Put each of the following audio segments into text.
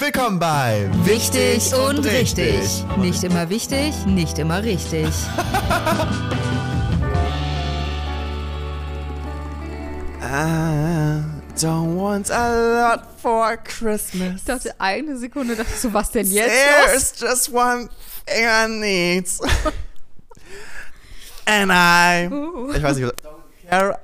Willkommen bei Wichtig und richtig. Nicht immer wichtig, nicht immer richtig. I don't want a lot for Christmas. Ich dachte eine Sekunde, dachte so, was denn jetzt los? There's just one thing I need. And I. Ich weiß nicht, was- don't care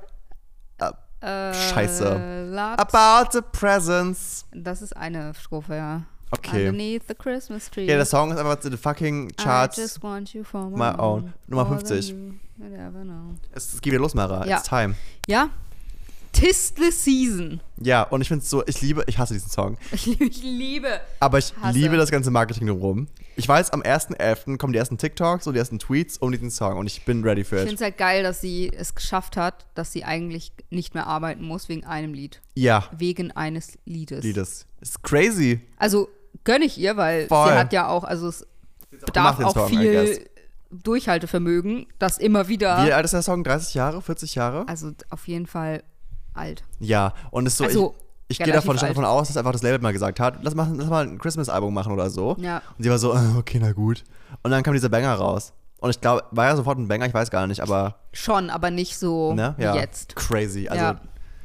Uh. Äh, Scheiße. Labs. about the presents. das ist eine Strophe, ja. Okay. Underneath the Christmas tree. Ja, der Song ist einfach zu den fucking Charts. I just want you for My own. Nummer more than 50. you will ever know. Es, es geht wieder los, Mara. Ja. It's time. Ja. Tis the season. Ja, und ich finde es so, ich liebe, ich hasse diesen Song. Ich, liebe- ich liebe. Aber ich Hasse. liebe das ganze Marketing drumherum. Ich weiß, am 1.11. kommen die ersten TikToks und die ersten Tweets um diesen Song und ich bin ready für Ich it. finde es halt geil, dass sie es geschafft hat, dass sie eigentlich nicht mehr arbeiten muss wegen einem Lied. Ja, Wegen eines Liedes. Liedes. Ist crazy. Also gönne ich ihr, weil Voll. sie hat ja auch, also es Mach bedarf den auch Song, I guess. viel Durchhaltevermögen, das immer wieder. Wie alt ist der Song? 30 Jahre? 40 Jahre? also auf jeden Fall alt. Ja, und ist so, Also, ich, ich gehe relativ davon, alt. davon aus, dass einfach das Label mal gesagt hat, lass, machen, lass mal ein Christmas-Album machen oder so. Ja. Und sie war so, äh, okay, na gut. Und dann kam dieser Banger raus. Und ich glaube, war ja sofort ein Banger, ich weiß gar nicht, aber Schon, aber nicht so ne, wie ja, Oh, jetzt. crazy. Also, Ja.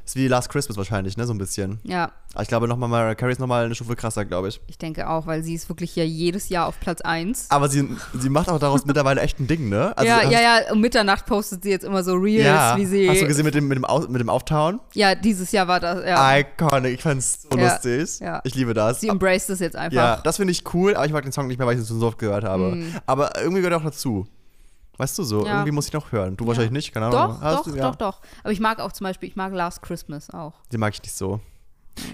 ist wie Last Christmas wahrscheinlich, ne, so ein bisschen. Ja, Aber ich glaube nochmal, Mariah Carey ist nochmal eine Stufe krasser, glaube ich. ich denke auch, weil sie ist wirklich ja jedes Jahr auf Platz 1. Aber sie, sie macht auch daraus mittlerweile echt ein Ding, ne? Also, ja, hast, ja, ja, um Mitternacht postet sie jetzt immer so Reels, ja. wie sie. Hast du gesehen mit dem, mit dem, Au- mit dem Auftauen? ja, dieses Jahr war das, ja. Iconic, ich fand's so Ja, lustig. ja. Ich liebe das. Sie embraced es jetzt einfach. Ja, das finde ich cool, aber ich mag den Song nicht mehr, weil ich es schon so oft gehört habe. Aber irgendwie gehört er auch dazu. Weißt du so, Mhm. Ja. irgendwie muss ich noch hören. Du wahrscheinlich nicht, keine Ahnung. doch, Hast doch, du, ja. doch, doch. Aber ich mag auch zum Beispiel, ich mag Last Christmas auch. Den mag ich nicht so.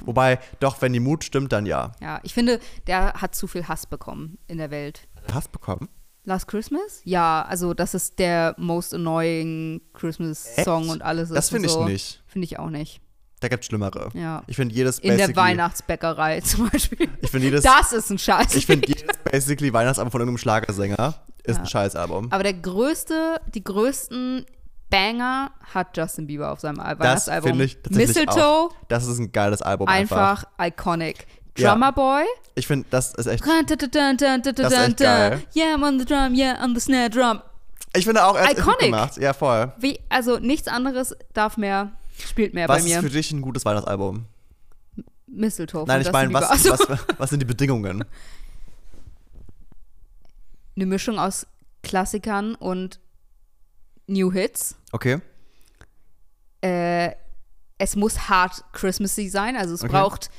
Wobei, doch, wenn die Mut stimmt, dann ja. Ja, ich finde, der hat zu viel Hass bekommen in der Welt. Hast bekommen? Last Christmas? Ja, also das ist der most annoying Echt? Christmas-Song und alles. Das ist finde ich so. nicht. Finde ich auch nicht. Da gibt's Schlimmere. Ja. Ich finde jedes In der basically- Weihnachtsbäckerei zum Beispiel. Ich finde jedes, Das ist ein Scheiß. ich finde jedes basically Weihnachtsalbum von irgendeinem Schlagersänger ist ein Scheißalbum. Aber der größte, die größten Banger hat Justin Bieber auf seinem Al- Das Weihnachtsalbum. finde ich tatsächlich Mistletoe, auch. Das ist ein geiles Album einfach. einfach iconic. Ja. Drummer Boy. Ich finde, das ist echt. Dun, dun, dun, dun, dun, dun, Das ist echt dun, geil. dun. Yeah, I'm on the drum, yeah, I'm the snare drum. Ich finde auch, er hat's echt gut Iconic. gemacht. Ja, voll. Wie, also nichts anderes darf mehr, spielt mehr Was bei ist mir. für dich ein gutes Weihnachtsalbum? Mistletoe. von Nein, ich Justin meine, was, Bieber. Also, was, was sind die Bedingungen? eine Mischung aus Klassikern und New Hits. Okay. Äh, es muss hart Christmassy sein, also es Okay. braucht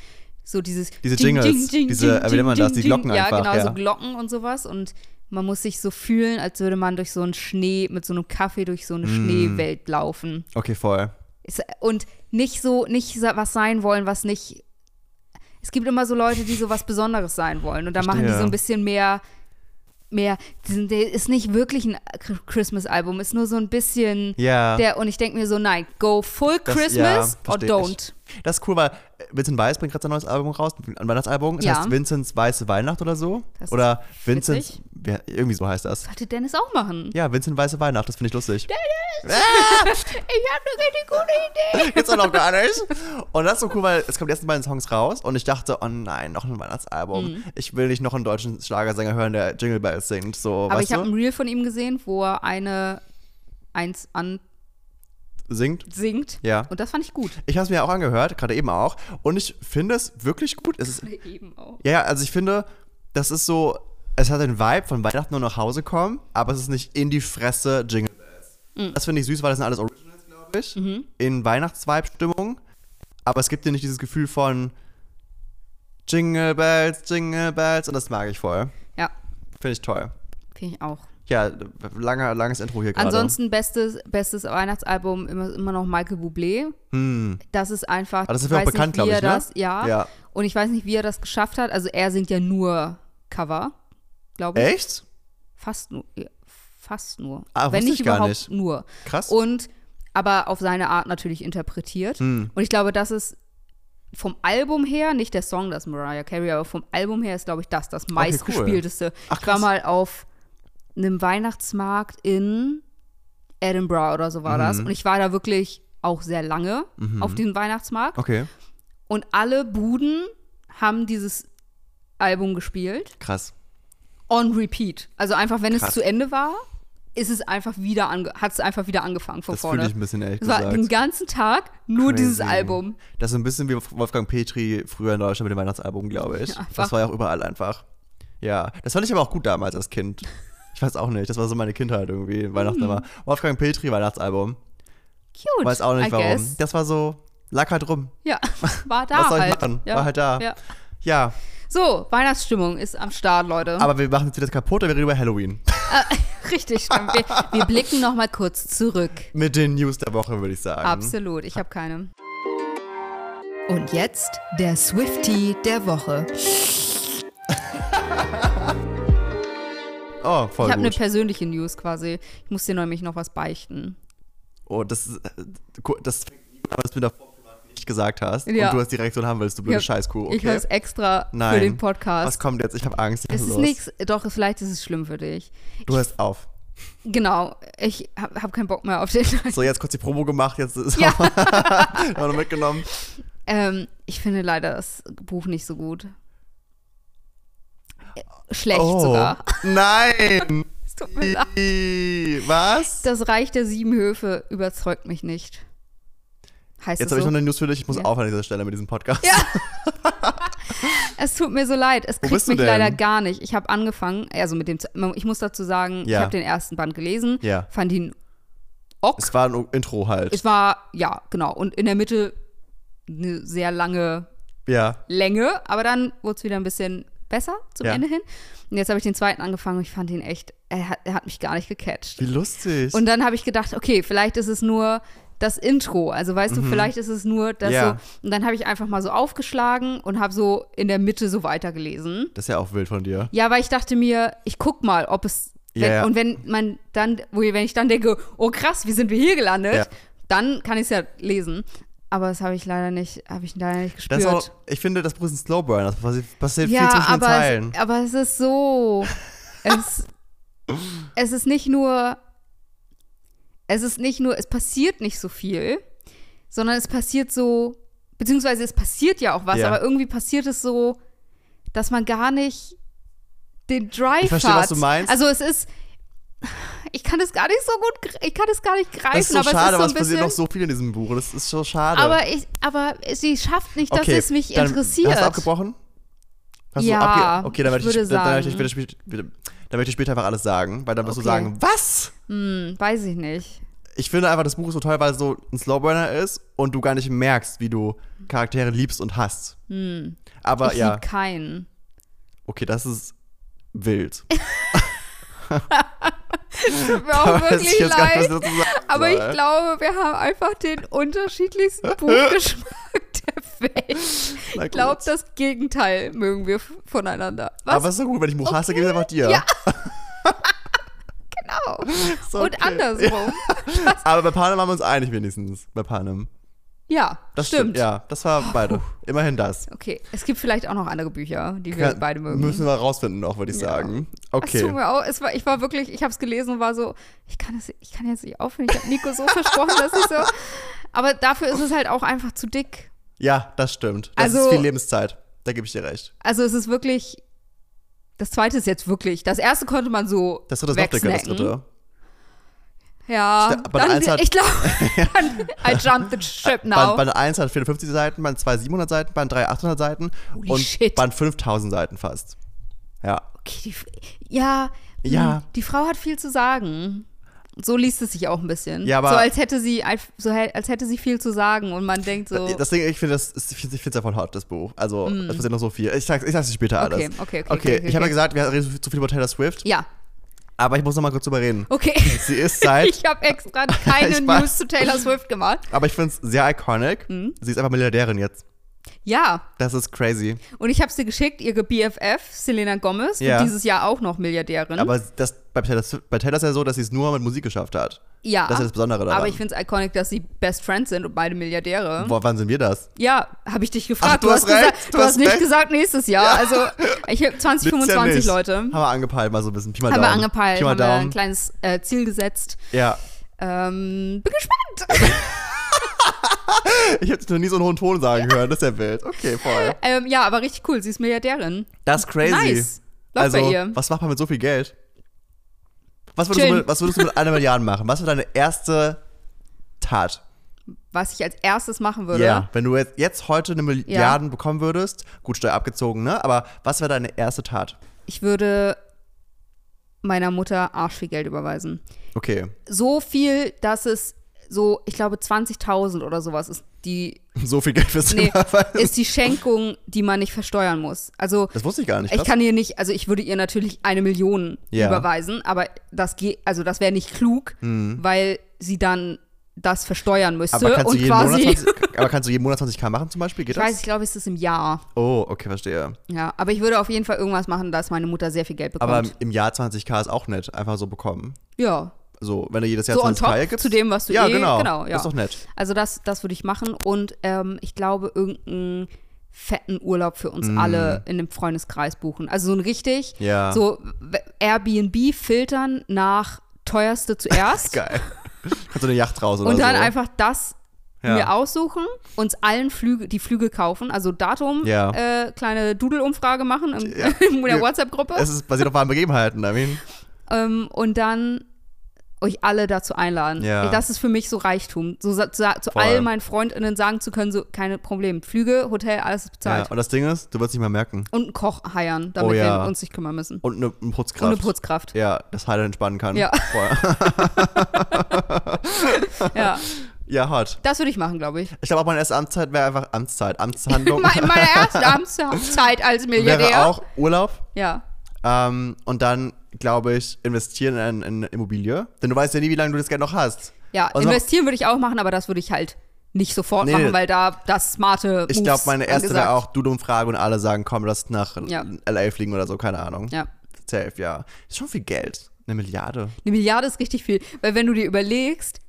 so dieses Diese Jingles, diese, äh, wie nennt man das? Die Glocken ja, einfach, genau, ja. so Glocken und sowas und man muss sich so fühlen, als würde man durch so einen Schnee mit so einem Kaffee durch Mm. so eine Schneewelt laufen. Okay, voll. Es- Und nicht so nicht sa- was sein wollen, was nicht Es gibt immer so Leute, die so was Besonderes sein wollen und da machen die Verstehe. so ein bisschen mehr mehr die sind, der ist nicht wirklich ein Christmas Album, ist nur so ein bisschen Ja. der, und ich denke mir so, nein, go full Das- Christmas ja, or verstehe don't. Das ist cool, weil äh, Vincent Weiss bringt gerade sein neues Album raus, ein Weihnachtsalbum. Das Ja. heißt Vincents Weiße Weihnacht oder so. Das ist oder Vincents, witzig. wer- irgendwie so heißt das. Sollte Dennis auch machen. Ja, Vincent Weiße Weihnacht, das finde ich lustig. Ich habe eine richtig gute Idee. Gibt's auch noch gar nicht. Und das ist so cool, weil es kommen die ersten beiden Songs raus und ich dachte, oh nein, noch ein Weihnachtsalbum. Mhm. Ich will nicht noch einen deutschen Schlagersänger hören, der Jingle Bells singt. So, Aber Oh, weißt ich habe ein du? Reel von ihm gesehen, wo er eine eins Singt. ansingt. Ja. Und das fand ich gut. Ich habe es mir auch angehört, gerade eben auch. Und ich finde es wirklich gut. Es ist Eben auch. Ja, ja, also ich finde, das ist so, es hat den Vibe von Weihnachten nur nach Hause kommen, aber es ist nicht in die Fresse Jingle Bells. Mhm. Das finde ich süß, weil das sind alles Originals, glaube ich, in Weihnachtsvibe-Stimmung. Aber es gibt dir nicht dieses Gefühl von Jingle Bells, Jingle Bells und das mag ich voll. Ja, Finde ich toll. finde ich auch. Ja, langer, langes Intro hier gerade. Ansonsten bestes, bestes Weihnachtsalbum immer, immer noch Michael Bublé. Das ist einfach. Hm. Aber das ist ja auch weiß nicht, bekannt, wie glaub er ich, ne? Das, ja. Ja. Und ich weiß nicht, wie er das geschafft hat. Also er singt ja nur Cover, glaube ich. Echt? Fast nur. ja, Fast nur. Ah, Wenn wusste nicht ich gar überhaupt nicht. nur. Krass. Und aber auf seine Art natürlich interpretiert. Hm. Und ich glaube, das ist vom Album her, nicht der Song, das ist Mariah Carey, aber vom Album her ist, glaube ich, das das meistgespielteste. Ach, ich war krass. mal auf einem Weihnachtsmarkt in Edinburgh oder so war das. Mhm. Und ich war da wirklich auch sehr lange auf diesem Weihnachtsmarkt. okay. Und alle Buden haben dieses Album gespielt. Krass. On repeat. Also einfach, wenn Krass. es zu Ende war, ist es einfach wieder hat es einfach wieder angefangen von Das fühle vorne. ich ein bisschen ehrlich es war gesagt. den ganzen Tag nur dieses Crazy. Album. Das ist ein bisschen wie Wolfgang Petri früher in Deutschland mit dem Weihnachtsalbum, glaube ich. Ja, einfach. das war ja auch überall einfach. Ja, das fand ich aber auch gut damals als Kind. Ich weiß auch nicht, das war so meine Kindheit irgendwie. Weihnachten Hm. war Wolfgang Petri Weihnachtsalbum. Cute. Weiß auch nicht I warum. Guess. Das war so, lag halt rum. Ja, war da Was soll ich halt. machen? Ja. War halt da. Ja. Ja, So, Weihnachtsstimmung ist am Start, Leute. aber wir machen jetzt wieder das kaputt und wir reden über Halloween. Richtig, stimmt. Wir, wir blicken noch mal kurz zurück. Mit den News der Woche, würde ich sagen. Absolut, ich habe keine. Und jetzt der Swiftie der Woche. Oh, voll Ich ne habe eine gut. persönliche News quasi. Ich muss dir nämlich noch was beichten. Oh, das, ist- das, was du mir davor privat nicht gesagt hast. Ja. Und du hast die Reaktion haben willst, du blöde Ich hab- Scheißkuh. Okay. Ich höre es extra Nein. für den Was Podcast. kommt jetzt? Ich habe Angst. Was Es ist los? nichts, doch, vielleicht ist es schlimm für dich. Du hörst auf. Genau, ich habe hab keinen Bock mehr auf den. So, jetzt kurz die Promo gemacht, jetzt ist Ja. auch noch mitgenommen. ähm, ich finde leider das Buch nicht so gut. Äh, Schlecht Oh. sogar. Nein! Es tut mir leid. Ih, Was? Das Reich der sieben Höfe überzeugt mich nicht. Heißt Jetzt es habe ich so? noch eine News für dich. Ich muss Ja. aufhören an dieser Stelle mit diesem Podcast. Es tut mir so leid. Es kriegt bist du mich denn? leider gar nicht. Ich habe angefangen, also mit dem, ich muss dazu sagen, Ja. ich habe den ersten Band gelesen, Ja. fand ihn ok. Es war ein Intro halt. Es war, ja, genau. Und in der Mitte eine sehr lange ja. Länge, aber dann wurde es wieder ein bisschen besser zum Ja. Ende hin. Und jetzt habe ich den zweiten angefangen und ich fand ihn echt, er hat, er hat mich gar nicht gecatcht. Wie lustig. Und dann habe ich gedacht, okay, vielleicht ist es nur das Intro. Also weißt du, vielleicht ist es nur das Mhm. Ja. so. Und dann habe ich einfach mal so aufgeschlagen und habe so in der Mitte so weitergelesen. das ist ja auch wild von dir. Ja, weil ich dachte mir, ich guck mal, ob es. Wenn, Ja, ja. Und wenn man dann, wo, wenn ich dann denke, oh krass, wie sind wir hier gelandet, Ja. dann kann ich es ja lesen. Aber das habe ich leider nicht, habe ich leider nicht Das gespürt. ist auch, ich finde, das Buch ist ein Slowburn. Das passi- passiert viel ja, zwischen den aber Zeilen. es, aber es ist so. Es, es ist nicht nur. Es ist nicht nur, es passiert nicht so viel, sondern es passiert so. Beziehungsweise es passiert ja auch was, Ja. aber irgendwie passiert es so, dass man gar nicht den Drive Ich verstehe, hat. was du meinst. Also es ist. Ich kann es gar nicht so gut, gre- ich kann es gar nicht greifen, das ist so aber schade, aber es es ist so ein bisschen. passiert noch so viel in diesem Buch. Das ist so schade. aber ich, aber sie schafft nicht, dass okay, es mich dann, interessiert. Hast du abgebrochen? Hast Ja, du abge okay, dann ich möchte ich, würde dann, dann möchte ich sagen. später, später, bitte- dann möchte ich später einfach alles sagen, weil dann wirst du Okay. sagen, was? Hm, weiß ich nicht. Ich finde einfach, das Buch ist so toll, weil es so ein Slowburner ist und du gar nicht merkst, wie du Charaktere liebst und hasst. Aber Hm. ich ja, lieb keinen. okay, das ist wild. Oh, Tut mir auch Weiß wirklich jetzt gar nicht, was leid. ich dazu sagen Aber ich soll. glaube, wir haben einfach den unterschiedlichsten Buchgeschmack der Welt. Na Ich gut. glaube, das Gegenteil mögen wir f- voneinander. Was? Aber es ist so gut, wenn ich ein Buch hasse, gebe ich es einfach dir. Ja. genau. Ist okay. Und andersrum. Aber bei Panem waren wir uns einig wenigstens. Bei Panem. Ja, Das stimmt. stimmt. Ja, das war beide. Immerhin das. Okay, es gibt vielleicht auch noch andere Bücher, die wir Kann- beide mögen. Müssen wir rausfinden noch, würde ich sagen. Es Okay. tut mir auch, es war, ich war wirklich, ich habe es gelesen und war so, ich kann, das, ich kann jetzt nicht aufhören. Ich habe Nico so versprochen, dass ich so. Aber dafür ist es halt auch einfach zu dick. Ja, das stimmt. Das Also- ist viel Lebenszeit. Da gebe ich dir recht. Also es ist wirklich. Das zweite ist jetzt wirklich. Das erste konnte man so. Das dritte ist noch dicker, das wegsnacken. dritte. Ja, Ich glaub, bei der dann, Eins hat- ich glaube, I jumped the ship now. Band, Band 1 hat 450 Seiten, Band 2 700 Seiten, Band 3 800 Seiten Holy und shit. Band 5000 Seiten fast. Ja. okay, die, ja, Ja. mh, die Frau hat viel zu sagen. So liest es sich auch ein bisschen. Ja, aber- so als hätte sie einf- so hä- als hätte sie viel zu sagen und man denkt so. Mm. Das Ding, ich finde das, ist- ich finde es ja voll hot, das Buch. Also, es passiert noch so viel. Ich sag's, ich sag's dir später Okay, alles. okay, okay, okay, okay, ich habe ja okay. gesagt, wir reden zu viel über Taylor Swift, ja, aber ich muss noch mal kurz drüber reden. okay. Sie ist seit, Ich habe extra keine Halt. Ich weiß. News zu Taylor Swift gemacht. aber ich finde es sehr iconic. Mm. Sie ist einfach Milliardärin jetzt. Ja, Das ist crazy. und ich habe es dir geschickt. Ihre BFF Selena Gomez Ja. wird dieses Jahr auch noch Milliardärin. Aber das, bei, Taylor, Swift- bei Taylor ist ja so, dass sie es nur mit Musik geschafft hat. Ja. Das ist das Besondere daran. Ah, Aber ich finde es iconic, dass sie Best Friends sind und beide Milliardäre. Boah, wann sind wir das? Ja, habe ich dich gefragt. Ach, du hast recht, gesagt, du hast nicht recht. gesagt nächstes Jahr. Also ich habe Gibt's 2025 ja nicht. Leute. Haben wir angepeilt, mal so ein bisschen. Pi mal Haben wir Daumen. angepeilt, Pi mal haben wir ein Daumen. kleines äh, Ziel gesetzt. ja. Ähm, bin gespannt. Ich habe noch nie so einen hohen Ton sagen hören, das ist ja wild. Okay, voll. Ähm, ja, aber richtig cool. Sie ist Milliardärin. Das ist crazy. Nice. Läuft also, bei ihr. was macht man mit so viel Geld? Was würdest, du Chillen. mit, was würdest du mit einer Milliarde machen? Was wäre deine erste Tat? Was ich als erstes machen würde. Wenn du jetzt, jetzt heute eine Milliarde bekommen würdest, gut, Steuer abgezogen, ne? Aber was wäre deine erste Tat? Ich würde meiner Mutter arsch viel Geld überweisen. Okay. So viel, dass es so, ich glaube, 20.000 oder sowas ist die, So viel Geld fürs nee, Überweisen. ist die Schenkung, die man nicht versteuern muss. Also Das wusste ich gar nicht. ich krass. kann ihr nicht, also ich würde ihr natürlich eine Million Ja. überweisen, aber das geht, also das wäre nicht klug, weil sie dann das versteuern müsste Mhm. aber, kannst du und jeden quasi. Monat 20, aber kannst du jeden Monat 20k machen zum Beispiel? Geht ich das? weiß, ich glaube, es ist im Jahr. Oh, okay, verstehe. Ja, aber ich würde auf jeden Fall irgendwas machen, dass meine Mutter sehr viel Geld bekommt. Aber im Jahr 20k ist auch nett, einfach so bekommen. ja, So, wenn du jedes Jahr So on 20k top gibst. zu dem, was du ja, eh- genau. genau, ja. Ist doch nett. Also das, das würde ich machen und ähm, ich glaube, irgendeinen fetten Urlaub für uns alle in dem Freundeskreis buchen. Also so ein richtig, Mhm. Ja. so w- Airbnb filtern nach teuerste zuerst Geil. Kannst du eine Yacht raus oder und dann so. einfach das Ja. mir aussuchen, uns allen Flüge, die Flüge kaufen, also Datum, Ja. äh, kleine Doodle-Umfrage machen im, Ja. in der Ja. WhatsApp-Gruppe Es ist basiert auf wahren Begebenheiten, I mean. ähm, und dann euch alle dazu einladen. Ja. Das ist für mich so Reichtum. So, sa- zu, zu Voll. all meinen FreundInnen sagen zu können, so keine Probleme. Flüge, Hotel, alles ist Ja, bezahlt. und das Ding ist, du wirst nicht mal merken. Und einen Koch heiern, damit Oh ja. wir uns nicht kümmern müssen. Und eine, eine Putzkraft. Und eine Putzkraft. Ja, das Heiler entspannen kann. Ja. Voll. Ja. ja, hot. Das würde ich machen, glaube ich. Ich glaube auch meine erste Amtszeit wäre einfach Amtszeit. Amtshandlung Me- Meine erste Amtszeit als Oh. wäre Milliardär. auch Urlaub. Ja. Ähm, und dann, glaube ich, investieren in, in Immobilie. Denn du weißt ja nie, wie lange du das Geld noch hast. Ja, Also- investieren würde ich auch machen, aber das würde ich halt nicht sofort Nee. machen, weil da das smarte Ich Moves glaube, meine erste wäre angesagt. auch Dudum-Frage und alle sagen, komm, lass nach Ja. L.A. fliegen oder so, keine Ahnung. Ja. Safe, ja. Ist schon viel Geld. Eine Milliarde. Eine Milliarde ist richtig viel, weil wenn du dir überlegst,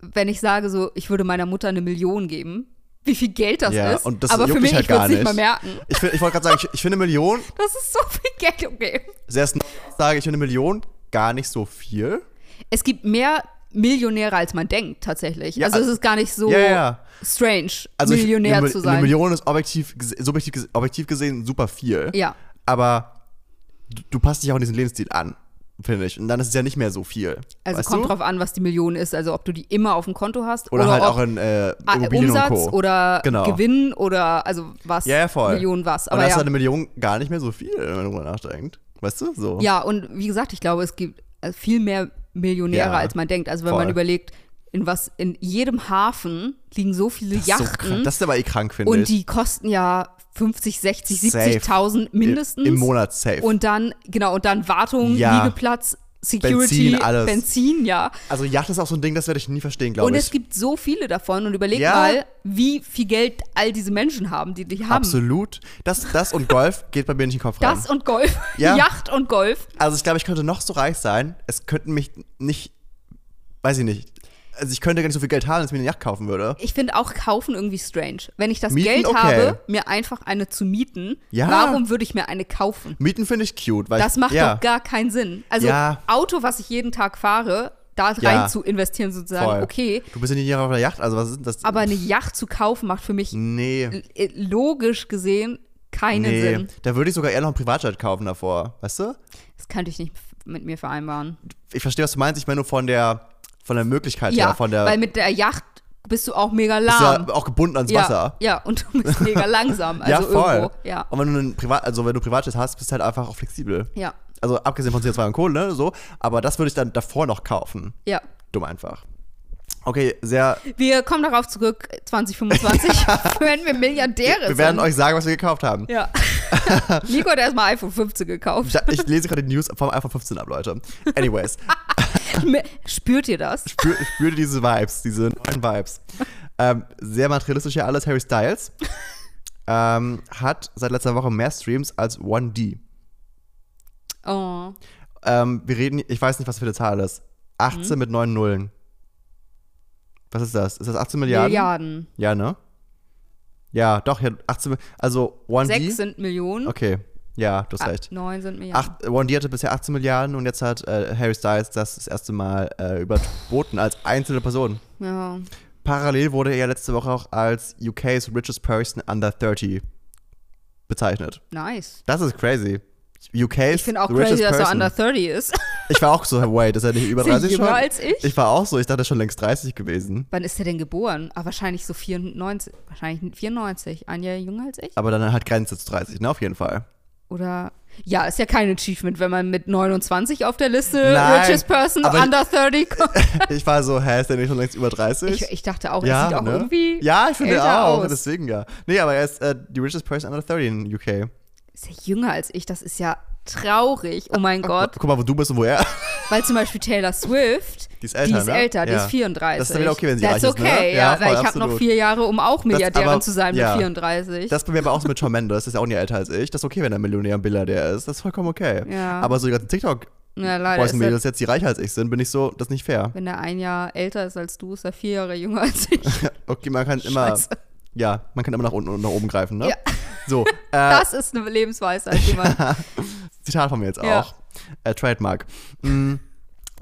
wenn ich sage so, ich würde meiner Mutter eine Million geben, wie viel Geld das ja, ist. und das aber juckt für mich, mich halt ich gar würde nicht. nicht mal merken. Ich, find- ich wollte gerade sagen, ich, ich finde eine Million, Das ist so viel Geld, okay. sehr snob sage ich, finde eine Million gar nicht so viel. Es gibt mehr Millionäre, als man denkt, tatsächlich. Ja, also es ist gar nicht so ja, ja. strange, Also ich- Millionär eine, zu Eine sein. Million ist objektiv, gese- subjektiv, gese- objektiv gesehen super viel. Ja. Aber du, du passt dich auch an diesen Lebensstil an, finde ich. Und dann ist es ja nicht mehr so viel. Also weißt kommt du? drauf an, was die Million ist. Also ob du die immer auf dem Konto hast Oder, halt ob auch in äh, Ah, Immobilien Umsatz und Co. oder Genau. Gewinn oder also was, Ja, ja, voll. Millionen was. und Aber das ist halt ja. eine Million gar nicht mehr so viel, wenn man drüber nachdenkt. Weißt du? So. Ja, und wie gesagt, ich glaube, es gibt äh, viel mehr Millionäre, Ja, als man denkt. Also wenn voll. man überlegt, in was in jedem Hafen liegen so viele das Ist so Yachten krank. Das ist aber eh krank, finde und ich. die kosten ja 50, 60, Safe. 70.000 mindestens. Im Monat safe. Und dann, genau, und dann Wartung, Ja. Liegeplatz, Security, Benzin, alles. Benzin, ja. also Yacht ist auch so ein Ding, das werde ich nie verstehen, glaube und ich. es gibt so viele davon und überleg Ja. mal, wie viel Geld all diese Menschen haben, die die haben. Absolut. Das, das und Golf geht bei mir nicht in den Kopf rein. Das und Golf, Ja. Yacht und Golf. Also ich glaube, ich könnte noch so reich sein. Es könnten mich nicht, weiß ich nicht. Also ich könnte gar nicht so viel Geld haben, dass ich mir eine Yacht kaufen würde. ich finde auch kaufen irgendwie strange. Wenn ich das Mieten, Geld okay. habe, mir einfach eine zu mieten, Ja. warum würde ich mir eine kaufen? Mieten finde ich cute, weil Das ich, macht ja, doch gar keinen Sinn. Also Ja. Auto, was ich jeden Tag fahre, da rein Ja. zu investieren sozusagen, voll. okay. Du bist ja nicht hier auf der Yacht, also was ist denn das? Aber eine Yacht zu kaufen macht für mich nee, äh, logisch gesehen keinen nee. Sinn. Da würde ich sogar eher noch einen Privatjet kaufen davor, weißt du? Das könnte ich nicht f- mit mir vereinbaren. Ich verstehe, was du meinst. Ich meine nur von der, von der Möglichkeit Ja, her, von der. weil mit der Yacht bist du auch mega ist lahm. ja auch gebunden ans Wasser. ja, und du bist mega langsam. Also ja, voll. irgendwo. Ja. Und wenn du einen Privat, also wenn du Privatjet hast, bist du halt einfach auch flexibel. Ja. Also abgesehen von CO2 und Kohle, ne, so. Aber das würde ich dann davor noch kaufen. Ja. Dumm einfach. Okay, sehr. Wir kommen darauf zurück, 2025, wenn wir Milliardäre Wir werden sind. euch sagen, was wir gekauft haben. ja. Nico hat erstmal iPhone 15 gekauft. Ich, ich lese gerade die News vom iPhone 15 ab, Leute. Anyways, Spürt ihr das? spür, ich spüre diese Vibes, diese neuen Vibes. Ähm, sehr materialistisch hier alles. Harry Styles ähm, hat seit letzter Woche mehr Streams als 1D. Oh. Ähm, wir reden, ich weiß nicht, was für eine Zahl das ist. 18 mit 9 Nullen. Was ist das? Ist das 18 Milliarden? Milliarden. Ja, ne? Ja, doch, ja, 18, Mi- also 1D. Sechs Ah, sind Millionen. Okay, ja, du hast recht. Neun sind Milliarden. Acht, One D hatte bisher 18 Milliarden und jetzt hat äh, Harry Styles das das erste Mal äh, überboten als einzelne Person. Ja. parallel wurde er ja letzte Woche auch als UK's richest person under 30 bezeichnet. Nice. Das ist crazy. UK's Ich finde auch the crazy, richest dass er person. under 30 ist. Ich war auch so, wait, ist er nicht über Ist er 30 schon? jünger als ich? Ich war auch so, ich dachte, er ist schon längst 30 gewesen. Wann ist er denn geboren? Ah, wahrscheinlich so 94, wahrscheinlich 94, ein Jahr jünger als ich. Aber dann halt Grenze zu 30, ne, auf jeden Fall. Oder ja, ist ja kein Achievement, wenn man mit 29 auf der Liste Nein, richest person aber- under 30 kommt. Ich war so, hä, ist der nicht schon längst über 30? Ich, ich dachte auch, ja, er sieht auch ne? irgendwie Ja, ich finde älter auch, aus. deswegen ja. Nee, aber er ist äh, the richest person under 30 in UK. ist ja jünger als ich, das ist ja traurig. Oh mein Gott, Guck mal, wo du bist und wo er. weil zum Beispiel Taylor Swift, Die ist älter, die ist, ne? älter, die Ja. ist 34. Das ist dann wieder okay, wenn sie That's reich ist, ne? okay, Ja, ja, voll, weil ich habe noch absolut. vier Jahre, um auch Milliardärin aber- zu sein mit ja. 34. Das ist bei mir aber auch so mit Shawn Mendes, ist ja auch nie älter als ich. Das ist okay, wenn er Millionär und Milliardär ist. Das ist vollkommen okay. Ja. Aber so die ganzen TikTok-Boys ja, leider ist und er, Mädels jetzt, die reicher als ich sind, bin ich so, das ist nicht fair. wenn er ein Jahr älter ist als du, ist er vier Jahre jünger als ich. Okay, man kann immer. Scheiße. Ja, man kann immer nach unten und nach oben greifen, ne? Ja. So, äh, Das ist eine Lebensweisheit, die man Zitat von mir jetzt Ja. auch. Äh, Trademark. Mm,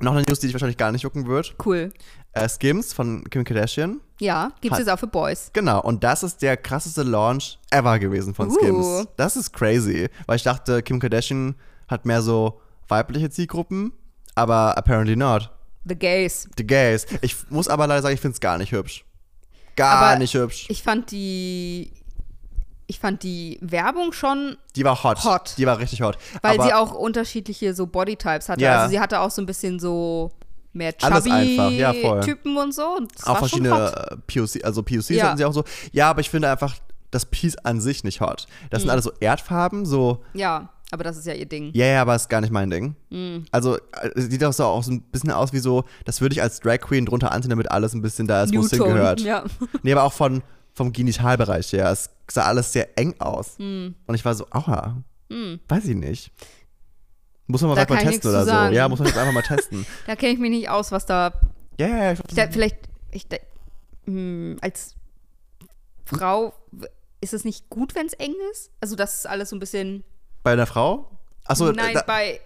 noch eine News, die dich wahrscheinlich gar nicht jucken wird. cool. Äh, Skims von Kim Kardashian. Ja, gibt's jetzt auch für Boys. Genau, und das ist der krasseste Launch ever gewesen von Uh. Skims. Das ist crazy, weil ich dachte, Kim Kardashian hat mehr so weibliche Zielgruppen, aber apparently not. The Gays. The Gays. Ich muss aber leider sagen, ich finde es gar nicht hübsch. Gar Aber Ah, nicht hübsch. Ich fand die ich fand die Werbung schon, Die war hot. Hot. Die war richtig hot. weil aber sie auch unterschiedliche so Bodytypes hatte. Ja. Also sie hatte auch so ein bisschen so mehr Alles einfach, chubby ja, voll. Typen und so und das auch war verschiedene schon hot. äh, POC, also POCs Ja. hatten sie auch so. Ja, aber ich finde einfach das Piece an sich nicht hot. Das Hm. sind alles so Erdfarben, so, Ja, aber das ist ja ihr Ding. ja, ja, aber ist gar nicht mein Ding. Hm. Also äh, es sieht auch so, auch so ein bisschen aus wie so, das würde ich als Drag Queen drunter anziehen, damit alles ein bisschen da ist, wo es Newton, hingehört. ja. Nee, aber auch von, vom Genitalbereich her. Es sah alles sehr eng aus. Hm. Und ich war so, aua, weiß ich nicht. Muss man mal Da vielleicht mal kann ich testen nichts oder zu so. sagen. Ja, muss man jetzt einfach mal testen. Da kenne ich mich nicht aus, was da Ja, ja, ja. Ich, Ich glaub, vielleicht, ich, glaub, hm, als Frau w- ist es nicht gut, wenn es eng ist? Also, das ist alles so ein bisschen. bei einer Frau? Achso, nein, da, bei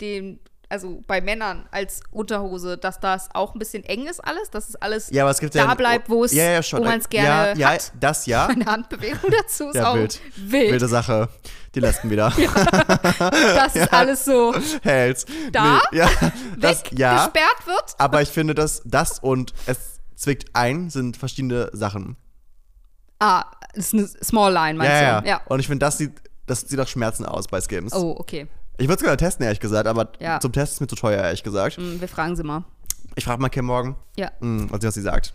den, also bei Männern als Unterhose, dass das auch ein bisschen eng ist, alles, dass es alles Ja, aber es gibt ja da ein- bleibt, wo es, ja, ja, schon. wo man es gerne ja, ja, hat. das ja. Meine Handbewegung dazu ist Ja, auch wild. wild. Wilde Sache. Die Lesben wieder. Dass es alles so Hält's. Da? Nee, ja, das, ja. weggesperrt wird. Aber ich finde, dass das und es zwickt ein sind verschiedene Sachen. Ah, ist eine Small Line, meinst Ja, ja, du? Ja. Und ich finde, das sieht, das sieht nach Schmerzen aus bei Skims. Oh, okay. Ich würde es gerne testen, ehrlich gesagt, aber Ja. zum Test ist mir zu teuer, ehrlich gesagt. Hm, Wir fragen sie mal. Ich frage mal Kim morgen, Ja. hm, was sie- was sie sagt.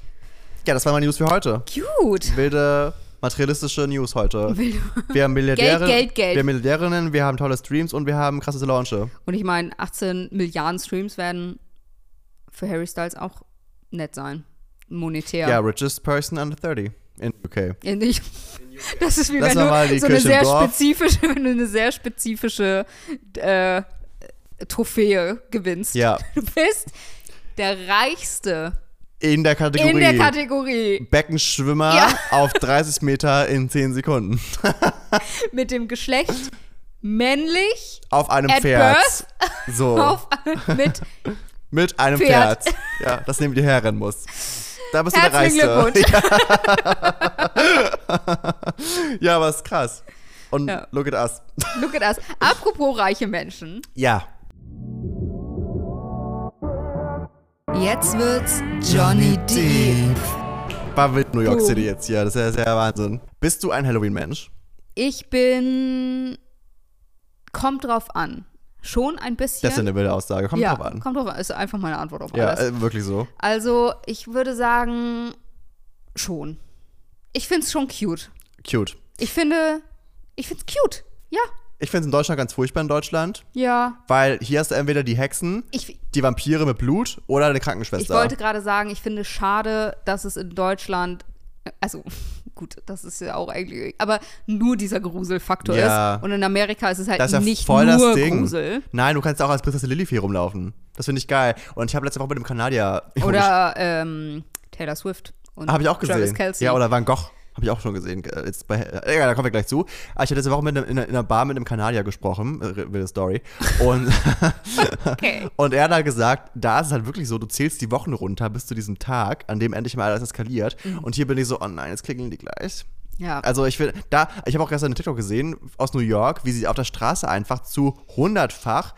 Ja, das waren meine News für heute. Cute. Wilde, materialistische News heute. Will- Wir haben Milliardäre, Geld, Geld. Wir haben Milliardärinnen, wir haben tolle Streams und wir haben krasse Launche. Und ich meine, 18 Milliarden Streams werden für Harry Styles auch nett sein. Monetär. Ja, richest person under 30 in UK. Ja, nicht. Das ist wie Lass wenn mal mal du die so eine Kirche im sehr Dorf. spezifische, wenn du eine sehr spezifische äh, Trophäe gewinnst. Ja, Du bist der Reichste in der Kategorie. in der Kategorie Beckenschwimmer Ja. auf 30 Meter in 10 Sekunden. mit dem Geschlecht männlich Auf einem At Pferd. So. auf, mit Mit einem Pferd. Pferd. Ja, das neben dir herrennen muss. Da bist herzlichen du der Reichste. Glückwunsch. Ja, aber ist krass. Und Ja. look at us. Look at us. Apropos reiche Menschen. Ja. Jetzt wird's Johnny Depp. War wild New York Boom. City jetzt hier. Das ist ja sehr Wahnsinn. Bist du ein Halloween-Mensch? Ich bin. Kommt drauf an. Schon ein bisschen. Das ist ja eine wilde Aussage. Kommt ja, drauf an. Kommt drauf an. Ist einfach meine Antwort auf ja, alles. äh, wirklich so. Also, ich würde sagen, schon. Ich finde es schon cute. Cute. Ich finde. Ich finde es cute. Ja. Ich finde es in Deutschland ganz furchtbar in Deutschland, Ja. weil hier hast du entweder die Hexen, Ich, die Vampire mit Blut oder eine ich Krankenschwester. wollte gerade sagen, ich finde es schade, dass es in Deutschland. Also, gut, das ist ja auch eigentlich. Aber nur dieser Gruselfaktor Ja. ist. Und in Amerika ist es halt das ist ja nicht voll nur das Ding. Grusel. Nein, du kannst auch als Prinzessin Lilith hier rumlaufen. Das finde ich geil. Und ich habe letzte Woche mit dem Kanadier. Oder ähm, Taylor Swift und Habe ich auch Travis gesehen. Kelsey. Ja, oder Van Gogh. Habe ich auch schon gesehen. äh, Jetzt bei, äh, egal, da kommen wir gleich zu. Aber ich hatte letzte Woche mit einem, in, einer, in einer Bar mit einem Kanadier gesprochen, äh, wilde Story. Und, Okay. und er hat halt gesagt, da ist es halt wirklich so, du zählst die Wochen runter bis zu diesem Tag, an dem endlich mal alles eskaliert. Mhm. Und hier bin ich so, oh nein, jetzt klingeln die gleich. Ja. Also ich will, da, ich habe auch gestern einen TikTok gesehen aus New York, wie sie auf der Straße einfach zu hundertfach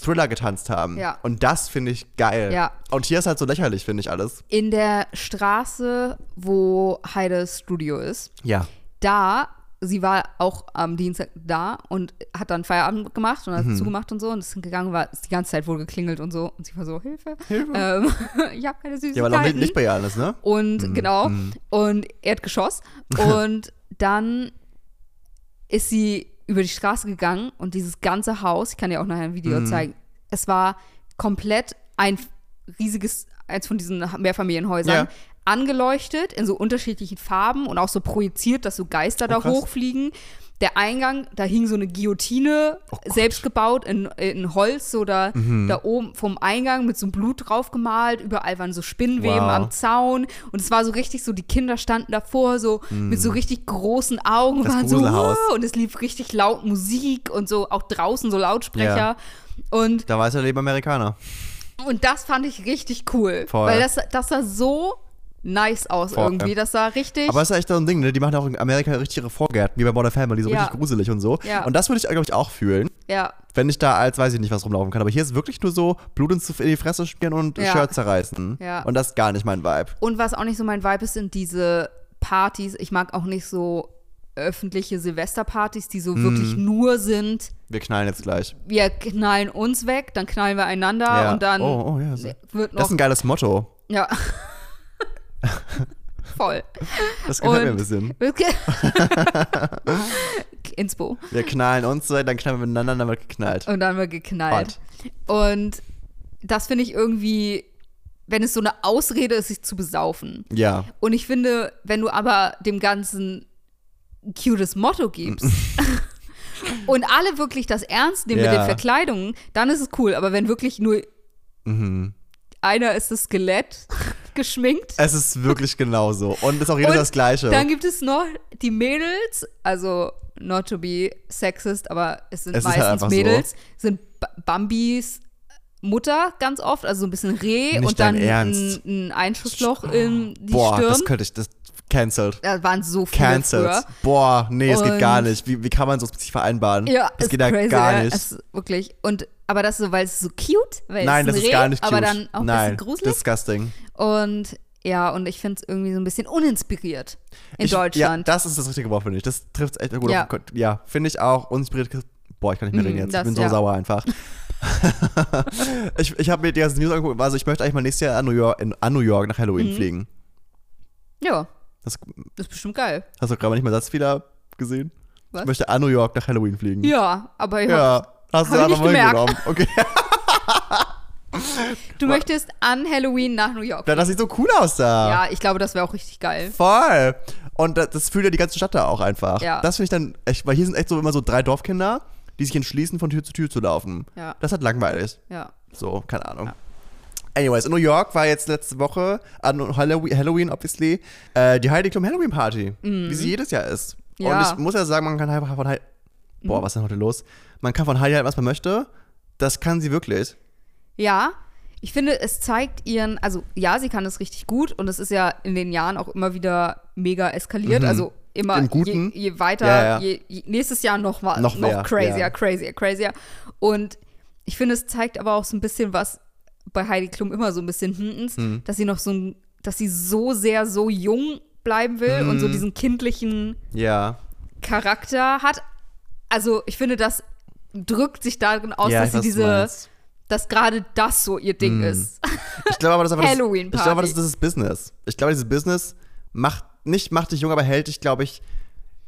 Thriller getanzt haben. Ja. Und das finde ich geil. Ja. Und hier ist halt so lächerlich, finde ich alles. In der Straße, wo Heides Studio ist, Ja. da, sie war auch am Dienstag da und hat dann Feierabend gemacht und hat Mhm. zugemacht und so und ist gegangen, war ist die ganze Zeit wohl geklingelt und so und sie war so, Hilfe, Hilfe. Ähm, ich habe keine Süßigkeiten. Ja, aber noch nicht, nicht bei ihr alles, ne? und genau, mhm. und Erdgeschoss und dann ist sie über die Straße gegangen und dieses ganze Haus, ich kann dir auch nachher ein Mhm. Video zeigen, es war komplett ein riesiges, eins von diesen Mehrfamilienhäusern, Ja. angeleuchtet in so unterschiedlichen Farben und auch so projiziert, dass so Geister da Oh, krass. hochfliegen. Der Eingang, da hing so eine Guillotine, Oh selbst gebaut in, in Holz, so da, Mhm. da oben vom Eingang mit so einem Blut drauf gemalt. Überall waren so Spinnweben Wow. am Zaun. Und es war so richtig so, die Kinder standen davor, so mit so richtig großen Augen, Mm. Das waren so, Gruselhaus. wow, und es lief richtig laut Musik und so, auch draußen so Lautsprecher. Ja. Und, Da war es ja lieb Amerikaner. und das fand ich richtig cool. Voll. Weil das, das sah so nice aus Voll. irgendwie. Das sah richtig. Aber es ist echt so ein Ding, ne? Die machen auch in Amerika richtig ihre Vorgärten, wie bei Modern Family, so Ja. richtig gruselig und so. Ja. Und das würde ich, glaube ich, auch fühlen, ja, wenn ich da als, weiß ich nicht, was rumlaufen kann. Aber hier ist wirklich nur so Blut ins- in die Fresse spielen und Ja. Shirt zerreißen. Ja. Und das ist gar nicht mein Vibe. Und was auch nicht so mein Vibe ist, sind diese Partys. Ich mag auch nicht so öffentliche Silvesterpartys, die so Mm. wirklich nur sind, Wir knallen jetzt gleich. wir knallen uns weg, dann knallen wir einander Ja. Ah, und dann Oh, oh, ja. so. Das wird noch ist ein geiles Motto. ja. Voll. Das gefällt mir Und- ein bisschen. Inspo. Wir knallen uns, dann knallen wir miteinander, dann wird geknallt. Und dann wird geknallt. Und das finde ich irgendwie, wenn es so eine Ausrede ist, sich zu besaufen. Ja. Und ich finde, wenn du aber dem Ganzen ein cutes Motto gibst und alle wirklich das ernst nehmen mit Mm. Ja. den Verkleidungen, dann ist es cool. Aber wenn wirklich nur Mhm. einer ist das Skelett geschminkt, Es ist wirklich genauso. Und ist auch jedes Und das Gleiche. dann gibt es noch die Mädels, also not to be sexist, aber es sind Es ist halt meistens einfach so. Mädels, sind B Bambis Mutter ganz oft, also so ein bisschen Reh Nicht und dann dein Ernst. ein, ein Einschussloch in die Boah, das Stirm. könnte ich, das cancelled. Da waren so viele früher. Cancelled. Boah, nee, es geht Und- gar nicht. Wie, wie kann man so sich vereinbaren? Ja, das ist geht ja crazy, gar ja. nicht. Es ist wirklich. Und aber das so, weil es so cute, weil Nein, es das ein ist Reh, gar nicht cute. aber dann auch Nein, ein bisschen gruselig. disgusting. Und ja, und ich finde es irgendwie so ein bisschen uninspiriert in ich, Deutschland. Ja, das ist das richtige Wort, finde ich. Das trifft echt gut. Ja. Ja, ja finde ich auch. Uninspiriert. Boah, ich kann nicht mehr Mhm, reden jetzt. das, ich bin so ja. sauer einfach. ich ich habe mir die ganzen News angeguckt. Also, ich möchte eigentlich mal nächstes Jahr an New York, in, an New York nach Mhm. Halloween fliegen. ja, Das, das ist bestimmt geil. hast du gerade nicht mal Satzfehler gesehen? Was? Ich möchte an New York nach Halloween fliegen. Ja, aber ich hab- Hm. Ja, hast du Hab ich einfach nicht mal hingenommen. Okay. du möchtest an Halloween nach New York. Das sieht so cool aus da. Ja, ich glaube, das wäre auch richtig geil. Voll. Und das, das fühlt ja die ganze Stadt da auch einfach. Ja. Das finde ich dann echt, weil hier sind echt so immer so drei Dorfkinder, die sich entschließen, von Tür zu Tür zu laufen. Ja. Das hat langweilig. Ja. So, keine Ahnung. Anyways, in New York war jetzt letzte Woche an Halloween, Halloween obviously, äh, die Heidi Klum Halloween Party, wie sie jedes Jahr ist. Mhm. Ja. Mhm. Und ich muss ja sagen, man kann halt einfach von Heidi. Boah, was ist denn heute los? Man kann von Heidi halt, was man möchte. Das kann sie wirklich. Ja, ich finde, es zeigt ihren, also ja, sie kann es richtig gut und es ist ja in den Jahren auch immer wieder mega eskaliert. Also immer Mhm. Im Guten. Je, je weiter, Ja, ja. Je, je, nächstes Jahr noch mal Noch noch, mehr, crazier, ja. crazier, crazier. Und ich finde, es zeigt aber auch so ein bisschen was bei Heidi Klum immer so ein bisschen hintens, Mhm. dass sie noch so ein, dass sie so sehr so jung bleiben will und so Mhm. diesen kindlichen Ja. Charakter hat. Also ich finde, das drückt sich darin aus, ja, dass ich sie weiß, was du diese, meinst. Mhm. dass gerade das so ihr Ding ist. Ich glaube aber, das ist einfach das, ich Halloween-Party. glaube, aber, das ist das Business. Ich glaube, dieses Business macht nicht macht dich jung, aber hält dich, glaube ich,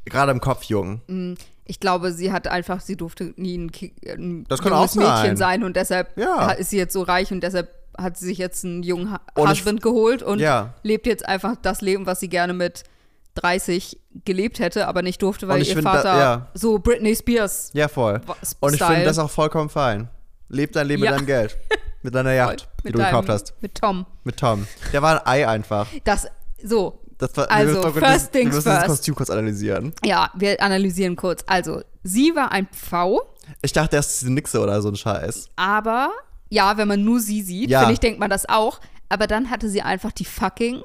gerade im Kopf jung. Mhm. Ich glaube, sie hat einfach, sie durfte nie ein, Ki ein Das kann junges auch sein. Mädchen sein und deshalb Ja. ha- ist sie jetzt so reich und deshalb hat sie sich jetzt einen jungen ha Und ich- Husband geholt und Ja. lebt jetzt einfach das Leben, was sie gerne mit 30 gelebt hätte, aber nicht durfte, Und weil ich ihr find da- Vater ja. so Britney Spears. Ja, voll. Was- Und ich Style. finde das auch vollkommen fein. Leb dein Leben Ja. mit deinem Geld. Mit deiner Yacht, die du deinem- gekauft hast. Mit Tom. Mit Tom. Der war ein Ei einfach. Das, so, Das war, Also, doch kurz- first wir things müssen das first. Kostüm kurz analysieren. Ja, wir analysieren kurz. Also, sie war ein Pfau, Ich dachte erst, es ist eine Nixe oder so ein Scheiß. aber ja, wenn man nur sie sieht, Ja. finde ich, denkt man das auch. Aber dann hatte sie einfach die fucking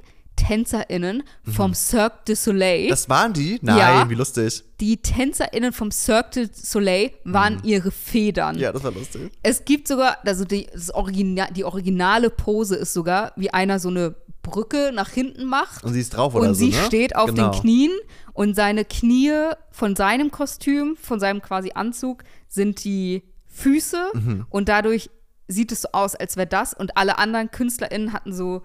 TänzerInnen vom Cirque du Soleil. Mhm. Das waren die? Nein, Ja. wie lustig. die TänzerInnen vom Cirque du Soleil waren ihre Federn. Mhm. Ja, das war lustig. Es gibt sogar, also die, das Original, die originale Pose ist sogar, wie einer so eine Brücke nach hinten macht. Und sie ist drauf oder und so, sie ne? steht auf Genau. den Knien und seine Knie von seinem Kostüm, von seinem quasi Anzug, sind die Füße Mhm. und dadurch sieht es so aus, als wäre das und alle anderen KünstlerInnen hatten so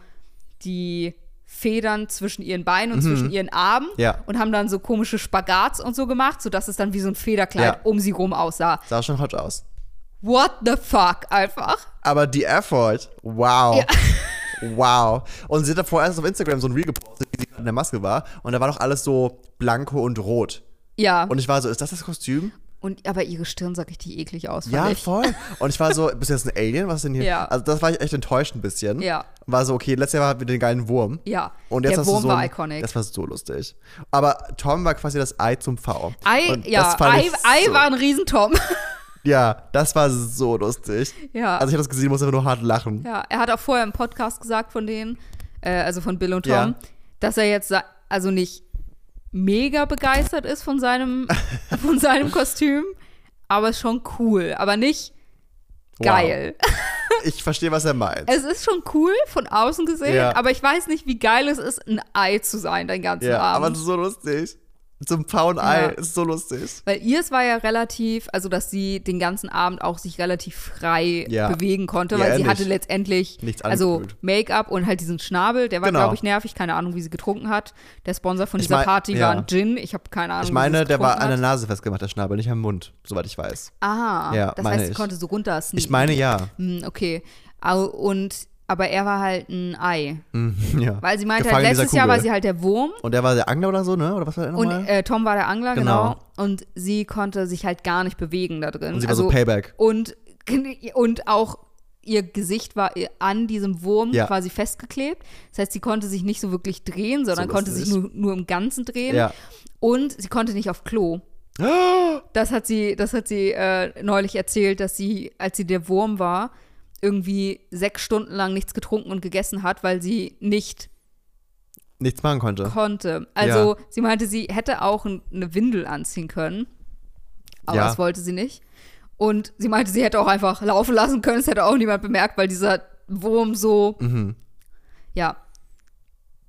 die Federn zwischen ihren Beinen und zwischen ihren Armen Mhm. Ja. und haben dann so komische Spagats und so gemacht, sodass es dann wie so ein Federkleid Ja. um sie rum aussah. Sah schon hot aus. What the fuck einfach. Aber die Effort, wow. Wow. Und sie hat davor erst auf Instagram so ein Reel gepostet, wie sie gerade in der Maske war. Und da war doch alles so blanko und rot. Ja. Und ich war so, ist das das Kostüm? Und aber ihre Stirn sah richtig eklig aus. fand Ja, ich. voll. Und ich war so, bist du jetzt ein Alien? Was ist denn hier? Ja. Also das war ich echt enttäuscht ein bisschen. Ja. War so, okay, letztes Jahr hatten wir den geilen Wurm. Ja. Und jetzt Der hast Wurm du so war ein- iconic. Das war so lustig. Aber Tom war quasi das Ei zum V. Ei, Und ja, das fand Ei, ich Ei so, war ein Riesentom. Ja, das war so lustig. Ja. Also ich habe das gesehen, musste einfach nur hart lachen. Ja, er hat auch vorher im Podcast gesagt von denen, äh, also von Bill und Tom, Ja. dass er jetzt sa- also nicht mega begeistert ist von seinem, von seinem Kostüm, aber ist schon cool, aber nicht geil. Wow. Ich verstehe, was er meint. Es ist schon cool von außen gesehen, Ja. aber ich weiß nicht, wie geil es ist, ein Ei zu sein den ganzen Ja, aber Abend. es ist so lustig. Zum Pound Ei Ja. ist so lustig. Weil ihr es war ja relativ, also dass sie den ganzen Abend auch sich relativ frei Ja. bewegen konnte, Ja, weil sie ehrlich. hatte letztendlich Nichts also angefühlt. Make-up und halt diesen Schnabel, der war Genau. glaube ich nervig, keine Ahnung, wie sie getrunken hat. Der Sponsor von Ich dieser mein- Party ja. war ein Gin, ich habe keine Ahnung. Ich wie sie meine, es der war an getrunken der hat. Nacke festgemacht, der Schnabel, nicht am Mund, soweit ich weiß. Ah, Ja, das meine heißt, sie ich. konnte so runter sneaken. Ich meine ja. Hm, okay. Au- Und aber er war halt ein Ei, Mhm, ja. weil sie meinte Gefangen halt, in dieser letztes Jahr Kugel. war sie halt der Wurm Und der war der Angler oder so, ne? Oder was war der und nochmal? äh, Tom war der Angler Genau. genau. und sie konnte sich halt gar nicht bewegen da drin. Und sie war also, so Payback. Und, und auch ihr Gesicht war ihr- an diesem Wurm Ja. quasi festgeklebt. Das heißt, sie konnte sich nicht so wirklich drehen, sondern So konnte lustig. sich nur, nur im Ganzen drehen. Ja. Und sie konnte nicht auf Klo. Das hat sie, das hat sie äh, neulich erzählt, dass sie, als sie der Wurm war, irgendwie sechs Stunden lang nichts getrunken und gegessen hat, weil sie nicht Nichts machen konnte. konnte. Also sie meinte, sie hätte auch ein- eine Windel anziehen können, aber Ja. das wollte sie nicht. Und sie meinte, sie hätte auch einfach laufen lassen können, es hätte auch niemand bemerkt, weil dieser Wurm so, Mhm. ja,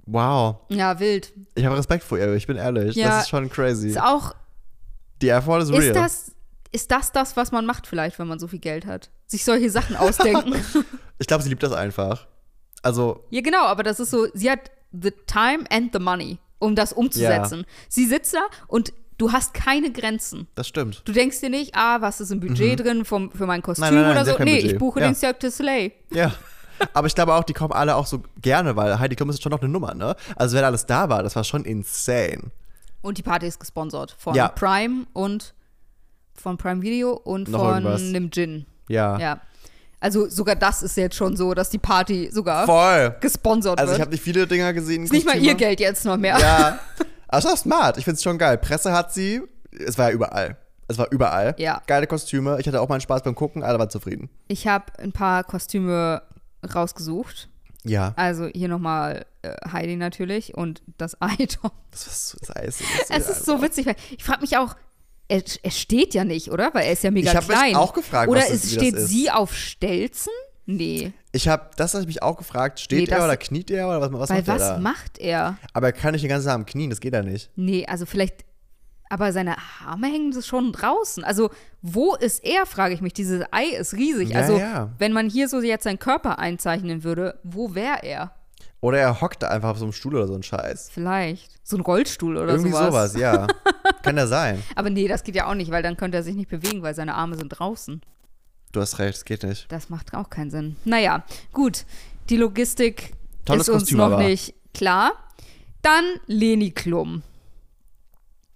wow. ja, wild. Ich habe Respekt vor ihr, ich bin ehrlich. Ja. Das ist schon crazy. Ist auch, Die Effort ist real. ist das, ist das das, was man macht vielleicht, wenn man so viel Geld hat? Sich solche Sachen ausdenken. ich glaube, sie liebt das einfach. Also, Ja, genau, aber das ist so, sie hat the time and the money, um das umzusetzen. Sie sitzt da und du hast keine Grenzen. das stimmt. Du denkst dir nicht, ah, was ist im Budget drin vom, für mein Kostüm Mhm. Nein, nein, nein, oder sie so. hat kein Nee, Budget. ich buche Ja. den Cirque du Soleil. Ja. Aber ich glaube auch, die kommen alle auch so gerne, weil Heidi Klum ist schon noch eine Nummer, ne? Also, wenn alles da war, das war schon insane. Und die Party ist gesponsert von Ja. Prime und von Prime Video und Noch von irgendwas. Ah. einem Gin. Ja. Ja. Also sogar das ist jetzt schon so, dass die Party sogar Voll. gesponsert Also, ich wird. habe nicht viele Dinger gesehen. Ist nicht mal ihr Kostüme. Geld jetzt noch mehr. Ja. Aber es war smart. Ich find's schon geil. Presse hat sie. Es war ja überall. Es war überall. Ja. Geile Kostüme. Ich hatte auch meinen Spaß beim Gucken. Alle waren zufrieden. Ich habe ein paar Kostüme rausgesucht. Ja. Also hier nochmal äh, Heidi natürlich und das Item. Das war so, das Eis. Es ist so witzig, weil ich frage mich auch, er, er steht ja nicht, oder? Weil er ist ja mega Ich hab mich klein. auch gefragt, Oder was das- es wie das steht ist. sie auf Stelzen? Nee. Ich hab, das habe ich mich auch gefragt. Steht Nee, er das- oder kniet er oder was, was Weil macht er was da? macht er? Aber er kann nicht den ganzen Tag am Knien. Das geht ja nicht. Nee, also vielleicht. Aber seine Arme hängen so schon draußen. Also, wo ist er, frage ich mich. Dieses Ei ist riesig. Ja, also, ja. wenn man hier so jetzt seinen Körper einzeichnen würde, wo wäre er? Oder er hockt da einfach auf so einem Stuhl oder so ein Scheiß. Vielleicht. So ein Rollstuhl oder Irgendwie sowas. sowas, ja. kann ja sein. Aber nee, das geht ja auch nicht, weil dann könnte er sich nicht bewegen, weil seine Arme sind draußen. Du hast recht, es geht nicht. Das macht auch keinen Sinn. Naja, gut. Die Logistik Tolles ist uns Kostüm noch aber. nicht klar. Dann Leni Klum,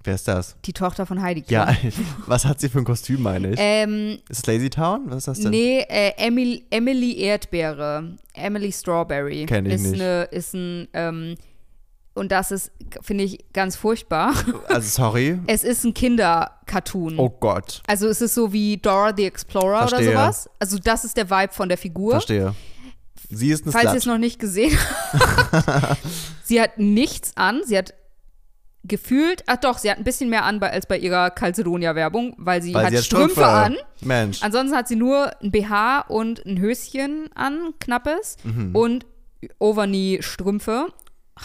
Wer ist das? die Tochter von Heidi Klum. Ja, was hat sie für ein Kostüm, meine ich? Ähm, ist es Lazy Town? Was ist das denn? nee, äh, Emily, Emily Erdbeere. Emily Strawberry. Kenn ich ist nicht. Eine, ist ein ähm, und das ist, finde ich, ganz furchtbar. Also, sorry. Es ist ein Kinder-Cartoon. Oh Gott. Also es ist so wie Dora the Explorer Verstehe. oder sowas. Also das ist der Vibe von der Figur. Verstehe. Sie ist eine Falls ihr Slut. es noch nicht gesehen habt. sie hat nichts an. Sie hat gefühlt, ach doch, sie hat ein bisschen mehr an bei, als bei ihrer Calcedonia-Werbung, weil sie Weil hat sie hat Strümpfe, an. Mensch. Ansonsten hat sie nur ein BH und ein Höschen an, knappes, Mhm. und Overknee-Strümpfe,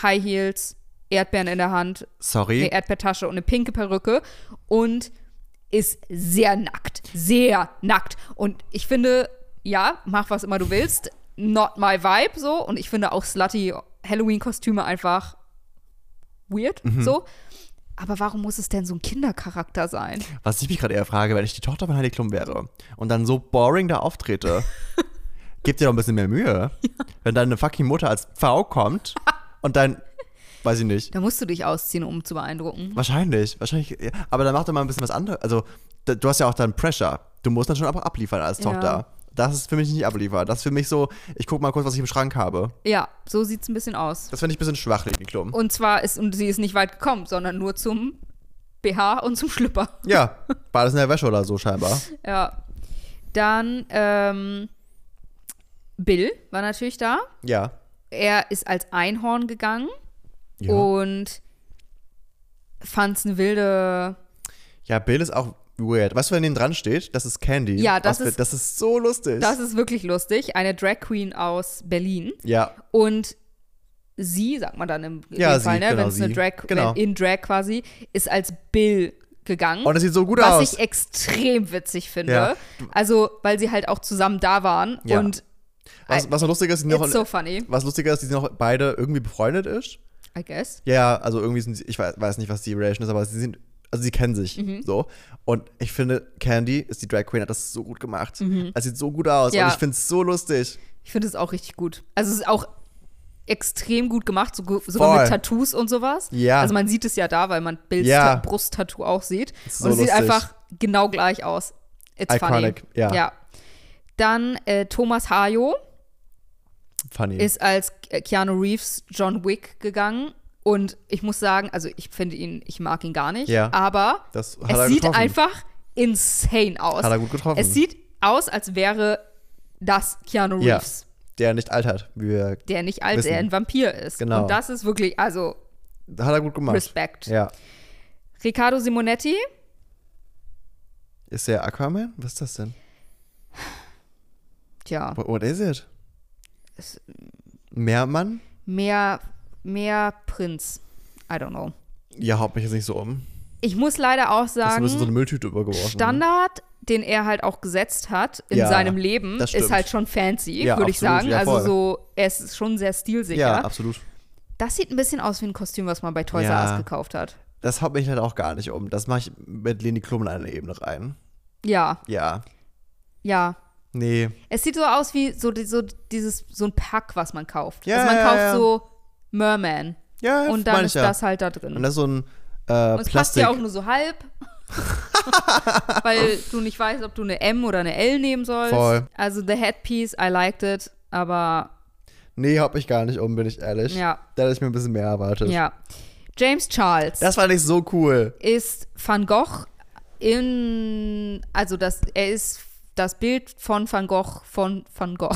High Heels, Erdbeeren in der Hand, Sorry. eine Erdbeertasche und eine pinke Perücke und ist sehr nackt. Sehr nackt. Und ich finde, ja, mach was immer du willst. Not my vibe so. Und ich finde auch slutty Halloween-Kostüme einfach weird so. Aber warum muss es denn so ein Kindercharakter sein? Was ich mich gerade eher frage, wenn ich die Tochter von Heidi Klum wäre und dann so boring da auftrete, gib dir doch ein bisschen mehr Mühe. Wenn deine fucking Mutter als Pfau kommt und dein, weiß ich nicht, Da musst du dich ausziehen, um zu beeindrucken. wahrscheinlich, wahrscheinlich, ja, aber dann mach doch mal ein bisschen was anderes. Also, da- du hast ja auch dann Pressure. Du musst dann schon ab abliefern als Ja. Tochter. Das ist für mich nicht abliefern. Das ist für mich so, ich guck mal kurz, was ich im Schrank habe. Ja, so sieht's ein bisschen aus. Das finde ich ein bisschen schwach, Heidi Klum. Und zwar ist, und sie ist nicht weit gekommen, sondern nur zum BH und zum Schlüpper. Ja, war das in der Wäsche oder so scheinbar. Ja. Dann ähm, Bill war natürlich da. Ja. Er ist als Einhorn gegangen Ja. Oh. und fand es eine wilde. Ja, Bill ist auch weird. Weißt du, wer neben dran steht? Das ist Candy. Ja, das Was für- ist- das ist so lustig. Das ist wirklich lustig. Eine Drag Queen aus Berlin. ja, Und sie, sagt man dann im, Ja, im Fall, sie, ne? genau, wenn es eine sie. Drag Genau. wenn in Drag quasi, ist als Bill gegangen. Und es sieht so gut was aus. ich äh, extrem witzig finde. Ja. Also, weil sie halt auch zusammen da waren Ja. und was, was noch lustiger ist, die sind noch, äh, it's so funny, was lustiger ist, die sind noch beide irgendwie befreundet ist. I guess. Ja, ja, also irgendwie sind sie, ich weiß, weiß nicht, was die Relation ist, aber sie sind, also sie kennen sich Mhm. so. Und ich finde, Candy ist die Drag Queen, hat das so gut gemacht. Es sieht so gut aus Mhm. Ja. und ich finde es so lustig. Ich finde es auch richtig gut. Also es ist auch extrem gut gemacht, so, sogar mit Voll. Tattoos und sowas. Ja. Also man sieht es ja da, weil man Bills Ja. Ta- Brusttattoo auch sieht. ist so und es sieht lustig. einfach genau gleich aus. It's Iconic, funny. ja. Dann äh, Thomas Hayo Funny. ist als äh, Keanu Reeves John Wick gegangen. Und ich muss sagen, also ich finde ihn, ich mag ihn gar nicht, Ja. aber Das hat er es sieht getroffen. einfach insane aus. Hat er gut getroffen. Es sieht aus, als wäre das Keanu ja, Reeves der nicht altert. Wie wir, der nicht alt, Wissen. der ein Vampir ist. Genau. Und das ist wirklich, also hat er gut gemacht. Respekt. Ja. Riccardo Simonetti, Ist der Aquaman? Was ist das denn? tja, What, what is it? Meermann? mehr, mehr Prinz. I don't know. Ja, haut mich jetzt nicht so um. Ich muss leider auch Hast du ein sagen, bisschen so eine Mülltüte übergeworfen. ne? Standard, den er halt auch gesetzt hat in Ja, seinem Leben, das stimmt. ist halt schon fancy, Ja, würde ich absolut, sagen. ja, also voll. so, er ist schon sehr stilsicher. Ja, absolut. das sieht ein bisschen aus wie ein Kostüm, was man bei Toys Ja. R Us gekauft hat. Das haut mich halt auch gar nicht um. Das mache ich mit Leni Klum in eine Ebene rein. Ja, Ja. ja. Nee. Es sieht so aus wie so, die- so dieses so ein Pack, was man kauft. Ja, also man ja, kauft ja. so Merman. Ja, Und meine dann ich ist ja. das halt da drin. Und Und das ist so ein äh, es passt Plastik. ja auch nur so halb. weil du nicht weißt, ob du eine M oder eine L nehmen sollst. Voll. Also the headpiece, I liked it, aber nee, haut mich gar nicht um, bin ich ehrlich. Ja. Da hätte ich mir ein bisschen mehr erwartet. ja. James Charles Das fand ich so cool. ist Van Gogh in also das er ist das Bild von Van Gogh von Van Gogh.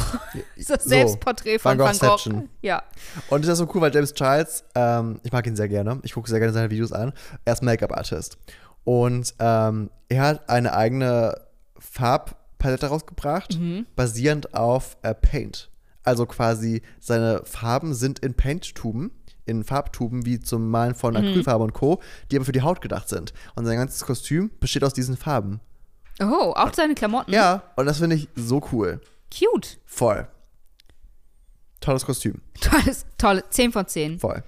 ist das So, Selbstporträt von Van Van Gogh. Goghception. Ja. Und das ist so cool, weil James Charles, ähm, ich mag ihn sehr gerne, ich gucke sehr gerne seine Videos an, er ist Make-up-Artist. Und ähm, er hat eine eigene Farbpalette rausgebracht, basierend auf äh, Paint. Also quasi seine Farben sind in Paint-Tuben, in Farbtuben wie zum Malen von Acrylfarbe und Co., die aber für die Haut gedacht sind. Und sein ganzes Kostüm besteht aus diesen Farben. Oh, auch seine Klamotten. Ja, und das finde ich so cool. Cute. Voll. Tolles Kostüm. Tolles, tolle 10 von 10. Voll.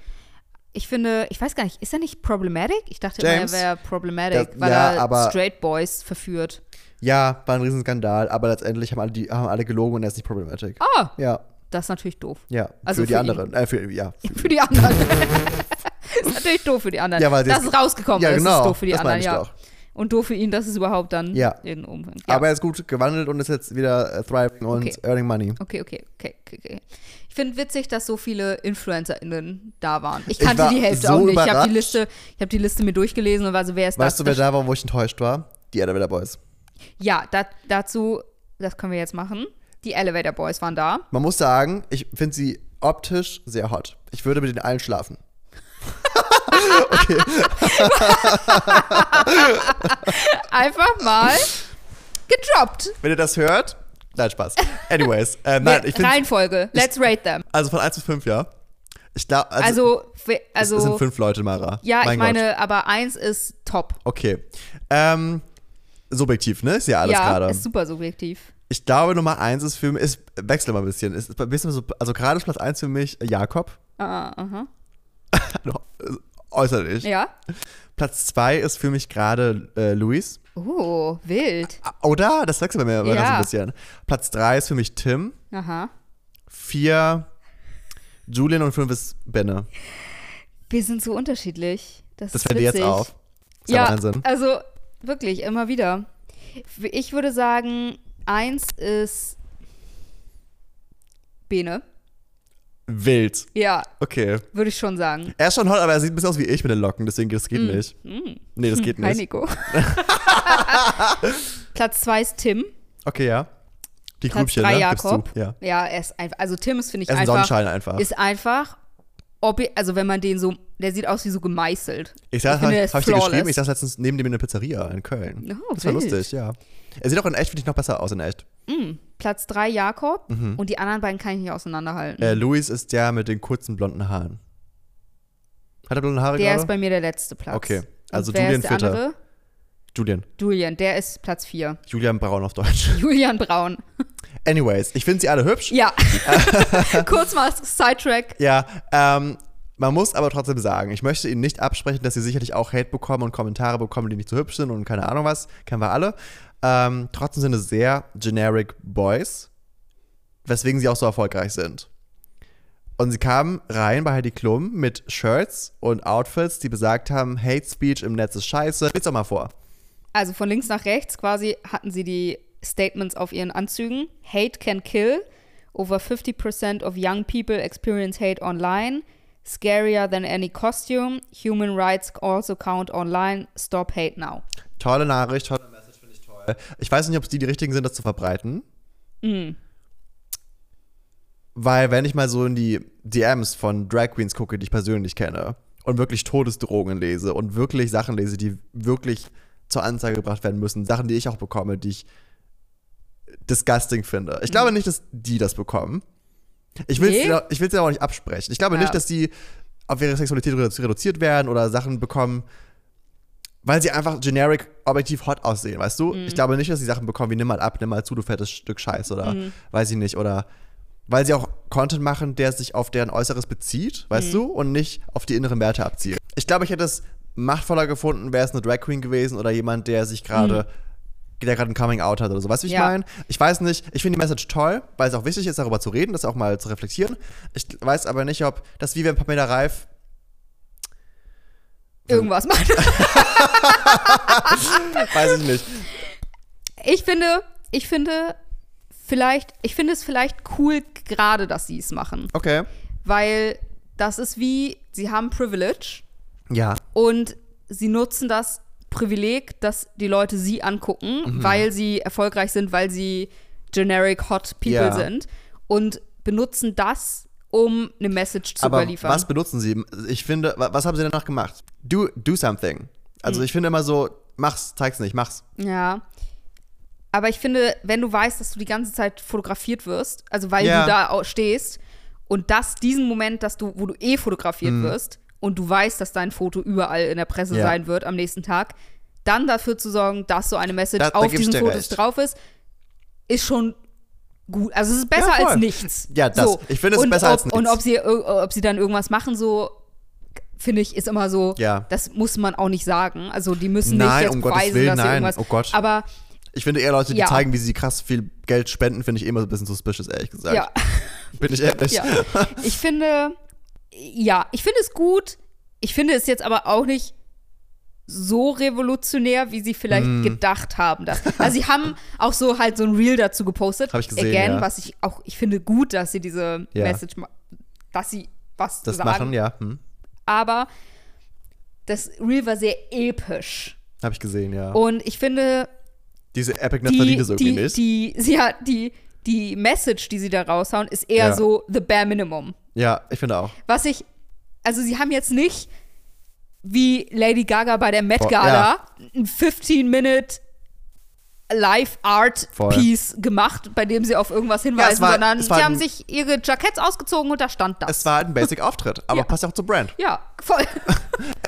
Ich finde, ich weiß gar nicht, ist er nicht problematic? Ich dachte James? immer, er wäre problematic, Das- weil ja, er aber- Straight Boys verführt. Ja, war ein Riesenskandal, aber letztendlich haben alle, die, haben alle gelogen und er ist nicht problematisch. Ah, Ja, das ist natürlich doof. ja. Also für die für anderen. Äh, für, ja. Für die anderen. ist natürlich doof für die anderen. Ja, weil sie Dass jetzt- es rausgekommen ja, ist, genau. ist doof für die das anderen, meine ich ja. doch. Und doof für ihn, dass es überhaupt dann Ja. in Umfang. Ja. Aber er ist gut gewandelt und ist jetzt wieder äh, thriving und Okay. earning money. okay, okay, okay, okay, okay. Ich finde witzig, dass so viele InfluencerInnen da waren. Ich Ich kannte war die Hälfte so auch nicht. Ich habe überrascht. die Liste, ich habe die Liste mir durchgelesen und war so, wer ist Weißt du, das? wer da war, wo ich enttäuscht war? Die Elevator Boys. ja, da, dazu, das können wir jetzt machen. Die Elevator Boys waren da. Man muss sagen, ich finde sie optisch sehr hot. Ich würde mit den allen schlafen. Einfach mal gedroppt. Wenn ihr das hört, nein, Spaß. Anyways, äh, nein, ich finde, Reihenfolge. Let's rate them. also von 1 bis 5, ja. Ich glaube, also, Also, we- es, also es sind fünf Leute, Mara. ja, ich Mein Gott. meine, aber eins ist top. Okay. Ähm, subjektiv, ne? Ist ja alles ja, gerade. ist super subjektiv. Ich glaube, Nummer 1 ist für mich, ist, wechsel mal ein bisschen. Ist, ist ein bisschen so, also gerade ist Platz 1 für mich äh, Jakob. äh, Ah, aha. Äußerlich. Ja. Platz 2 ist für mich gerade äh, Luis. Oh, wild. Ah, Oder? Das wechselt bei mir immer Ja. ganz ein bisschen. Platz 3 ist für mich Tim. Aha. 4 Julian und 5 ist Benne. Wir sind so unterschiedlich. Das, Das ist fällt dir witzig. jetzt auf. Ist ja Ja, Wahnsinn. also wirklich, immer wieder. Ich würde sagen, eins ist Bene. Wild. Ja, Okay. würde ich schon sagen. Er ist schon hot, aber er sieht ein bisschen aus wie ich mit den Locken, deswegen das geht Mm. nicht. Nee, das geht Hi, nicht. Nico. Platz zwei ist Tim. Okay, ja. Die Platz Grübchen, drei ne? Gibst Jakob. du. Ja. ja, er ist einfach. Also Tim ist, finde ich, Er ist ein einfach. Sonnenschein einfach. Ist einfach. Ob, also wenn man den so, der sieht aus wie so gemeißelt. Ich saß, finde, habe er ich ist dir geschrieben, flawless. ich saß letztens neben dem in der Pizzeria in Köln. Oh, das war wild. lustig, ja. Er sieht auch in echt, finde ich, noch besser aus in echt. Platz drei Jakob und die anderen beiden kann ich nicht auseinanderhalten. Mhm. Äh, Luis ist der mit den kurzen blonden Haaren. Hat er blonde Haare der gerade? ist bei mir der letzte Platz. Okay, Und also wer Julian ist der Vierter. andere? Julian. Julian, der ist Platz vier. Julian Braun auf Deutsch. Julian Braun. Anyways, ich finde sie alle hübsch. Ja. Kurz mal Sidetrack. Ja, ähm, man muss aber trotzdem sagen, ich möchte ihnen nicht absprechen, dass sie sicherlich auch Hate bekommen und Kommentare bekommen, die nicht so hübsch sind und keine Ahnung was, kennen wir alle. Ähm, trotzdem sind es sehr generic Boys, weswegen sie auch so erfolgreich sind. Und sie kamen rein bei Heidi Klum mit Shirts und Outfits, die besagt haben, Hate Speech im Netz ist scheiße. Spiel's doch mal vor. Also von links nach rechts quasi hatten sie die Statements auf ihren Anzügen. Hate can kill. Over 50% of young people experience hate online. Scarier than any costume. Human rights also count online. Stop hate now. Tolle Nachricht, tolle Message, finde ich toll. Ich weiß nicht, ob es die, die richtigen sind, das zu verbreiten. Weil, wenn ich mal so in die DMs von Drag Queens gucke, die ich persönlich kenne, und wirklich Todesdrohungen lese und wirklich Sachen lese, die wirklich zur Anzeige gebracht werden müssen, Sachen, die ich auch bekomme, die ich disgusting finde. Ich glaube nicht, dass die das bekommen. Ich will es Nee? nee? ich will's ja auch nicht absprechen. Ich glaube Ja. nicht, dass die auf ihre Sexualität redu- reduziert werden oder Sachen bekommen, weil sie einfach generic, objektiv hot aussehen, weißt du? Ich glaube nicht, dass sie Sachen bekommen wie nimm mal ab, nimm mal zu, du fettes Stück Scheiß oder weiß ich nicht. Oder weil sie auch Content machen, der sich auf deren Äußeres bezieht, weißt du? Und nicht auf die inneren Werte abzielt. Ich glaube, ich hätte es machtvoller gefunden, wäre es eine Drag Queen gewesen oder jemand, der sich gerade der gerade ein Coming-out hat oder so. Weißt du, wie ich Ja. meine? Ich weiß nicht, ich finde die Message toll, weil es auch wichtig ist, darüber zu reden, das auch mal zu reflektieren. Ich weiß aber nicht, ob das wie wenn Pamela Reif Irgendwas macht. Weiß ich nicht. Ich finde, ich finde vielleicht, ich finde es vielleicht cool gerade, dass sie es machen. Okay. Weil das ist wie, sie haben Privilege Ja. und sie nutzen das Privileg, dass die Leute sie angucken, Mhm. weil sie erfolgreich sind, weil sie generic hot people Ja. sind und benutzen das, um eine Message zu Aber überliefern. was benutzen sie? Ich finde, wa- was haben sie danach gemacht? Do, do something. Also ich finde immer so, mach's, zeig's nicht, mach's. Ja. Aber ich finde, wenn du weißt, dass du die ganze Zeit fotografiert wirst, also weil Ja. du da au- stehst und das diesen Moment, dass du, wo du eh fotografiert wirst und du weißt, dass dein Foto überall in der Presse Mhm. Ja. sein wird am nächsten Tag, dann dafür zu sorgen, dass so eine Message Da- da auf geb ich diesen dir Fotos recht. drauf ist, ist schon gut. Also es ist besser Ja, voll. als nichts. Ja, das. Ich finde, es ist Und besser ob, als nichts. Und ob sie, ir- ob sie dann irgendwas machen, so finde ich, ist immer so, Ja. das muss man auch nicht sagen. Also die müssen Nein, nicht jetzt um Gottes beweisen, Willen, dass sie nein. irgendwas. Oh Gott. Aber Ich finde eher Leute, die Ja. zeigen, wie sie krass viel Geld spenden, finde ich immer so ein bisschen suspicious, ehrlich gesagt. ja, Bin ich ehrlich. ja. Ich finde, ja, ich finde es gut. Ich finde es jetzt aber auch nicht so revolutionär, wie sie vielleicht Hm. gedacht haben. Dass, also sie haben auch so halt so ein Reel dazu gepostet. Hab ich gesehen, Again, ja. was ich auch, ich finde gut, dass sie diese Ja. Message, ma- dass sie was Das sagen. machen, ja. Hm. Aber das Reel war sehr episch. Habe ich gesehen, ja. Und ich finde, Diese Epicness Oh. die, verdient es irgendwie die, nicht. die, ja, die, die Message, die sie da raushauen, ist eher Ja. so the bare minimum. ja, ich finde auch. Was ich, also sie haben jetzt nicht wie Lady Gaga bei der Met Voll, Gala ein 15-Minute Live Art Voll. Piece gemacht, bei dem sie auf irgendwas hinweisen, es war- sondern es war sie ein- haben sich ihre Jacketts ausgezogen und da stand das. Es war halt ein Basic-Auftritt, aber Ja. passt ja auch zur Brand. ja, voll.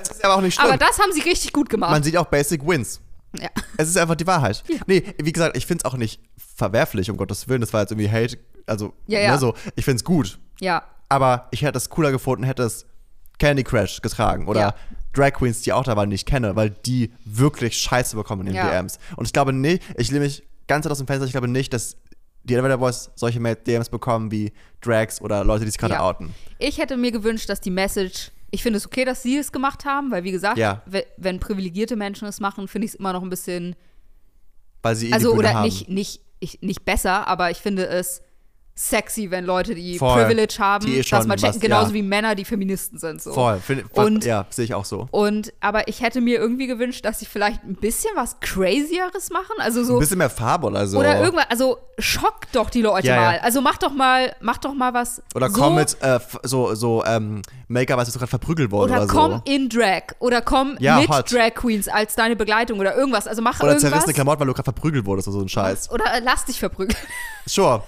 Es ist aber auch nicht schlimm. Aber das haben sie richtig gut gemacht. Man sieht auch Basic Wins. ja. Es ist einfach die Wahrheit. Nee, wie gesagt, ich finde es auch nicht verwerflich, um Gottes Willen. Das war jetzt irgendwie Hate. Also, Ja, ja. Ne, so, ich finde es gut. ja, Aber ich hätte es cooler gefunden, hätte es Candy Crush getragen oder Ja. Drag Queens, die auch da waren, die ich kenne, weil die wirklich Scheiße bekommen in den Ja. DMs. Und ich glaube nicht, ich lehne mich ganz weit aus dem Fenster, ich glaube nicht, dass die Elevator Boys solche mehr DMs bekommen wie Drags oder Leute, die sich gerade ja. outen. Ich hätte mir gewünscht, dass die Message. Ich finde es okay, dass sie es gemacht haben, weil wie gesagt, Ja. we- wenn privilegierte Menschen es machen, finde ich es immer noch ein bisschen Weil sie eh also die Bühne oder haben. nicht nicht ich, nicht besser, aber ich finde es sexy, wenn Leute die Voll. Privilege haben, Die eh schon dass man checken, was- genauso ja. wie Männer, die Feministen sind so. Voll, find, Und- ja, sehe ich auch so. Und aber ich hätte mir irgendwie gewünscht, dass sie vielleicht ein bisschen was crazyeres machen, also Ein so bisschen mehr Farbe oder so. oder irgendwas, also schock doch die Leute Ja, ja. mal. Also mach doch mal, mach doch mal was Oder so komm mit äh, f- so, so ähm, Make-up, als bist du gerade verprügelt worden oder oder, komm so. in Drag oder komm Ja, mit hot. Drag Queens als deine Begleitung oder irgendwas. Also mach Oder irgendwas zerrissene Klamotten, weil du gerade verprügelt wurdest oder so ein Scheiß. oder äh, lass dich verprügeln. Sure.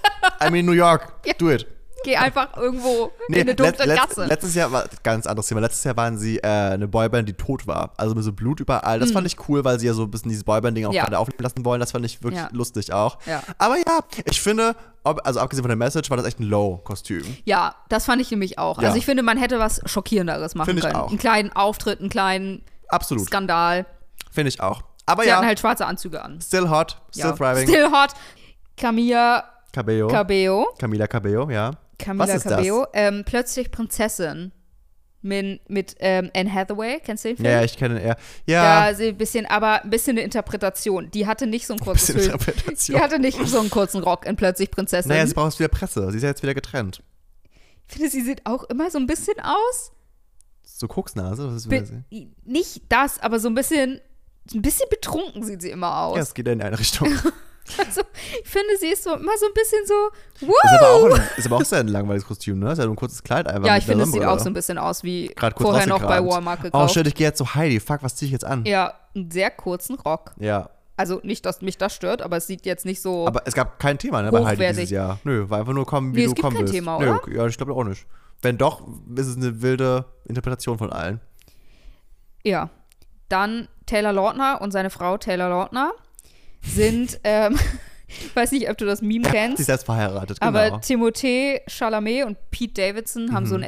I mean New York. Ja. Do it. Geh einfach irgendwo in eine let- dunkle let- Gasse. letztes Jahr war ganz anderes Thema. Letztes Jahr waren sie äh, eine Boyband, die tot war. Also mit so Blut überall. Das fand ich cool, weil sie ja so ein bisschen dieses Boyband-Ding auch Mhm. Ja. gerade aufleben lassen wollen. Das fand ich wirklich Ja. lustig auch. Ja. Aber ja, ich finde, ob, also abgesehen von der Message, war das echt ein Low-Kostüm. Ja, das fand ich nämlich auch. Ja. Also ich finde, man hätte was Schockierenderes machen Finde ich können. auch. Einen kleinen Auftritt, einen kleinen Absolut. Skandal. Finde ich auch. Aber Sie ja, hatten halt schwarze Anzüge an. still hot, still ja. thriving. Still hot. Camilla Cabello. Cabello. Camila Cabello, ja. Camilla Was ist Cabello. Ähm, plötzlich Prinzessin. Mit, mit ähm, Anne Hathaway. Kennst du das? den Ja, Film? ja, ich kenne eher. Ja, Da sie ein bisschen, aber ein bisschen eine Interpretation. Die hatte nicht so ein kurzes bisschen Film. Die Interpretation. hatte nicht so einen kurzen Rock in plötzlich Prinzessin. Naja, sie braucht jetzt wieder Presse. Sie ist ja jetzt wieder getrennt. ich finde, sie sieht auch immer so ein bisschen aus. So Koksnase, was ist Be das? Ja, nicht das, aber so ein bisschen, ein bisschen betrunken sieht sie immer aus. es geht ja in eine Richtung. Also, ich finde, sie ist so immer so ein bisschen so. Woo! Ist aber auch ein, ist aber auch sehr ein langweiliges Kostüm, ne? Ist ja nur ein kurzes Kleid einfach. ja, mit ich finde, einer es sieht Sonnenbrille. auch so ein bisschen aus wie Gerade kurz vorher noch bei rausgekramt. Walmart Oh gekauft. shit, ich gehe jetzt zu Heidi. Fuck, was ziehe ich jetzt an? Ja. ja, einen sehr kurzen Rock. Also nicht, dass mich das stört, aber es sieht jetzt nicht so. Aber es gab kein Thema, ne, bei Heidi Hochwertig. dieses Jahr. Nö, war einfach nur kommen, wie Nee, es du gibt kommen kein willst. Thema, Nö, oder? Ja, ich glaube auch nicht. Wenn doch, ist es eine wilde Interpretation von allen. ja. Dann Taylor Lautner und seine Frau Taylor Lautner sind, ähm, ich weiß nicht, ob du das Meme kennst. Sie ist selbst verheiratet, genau. Aber Timothée Chalamet und Pete Davidson haben Mhm. so ein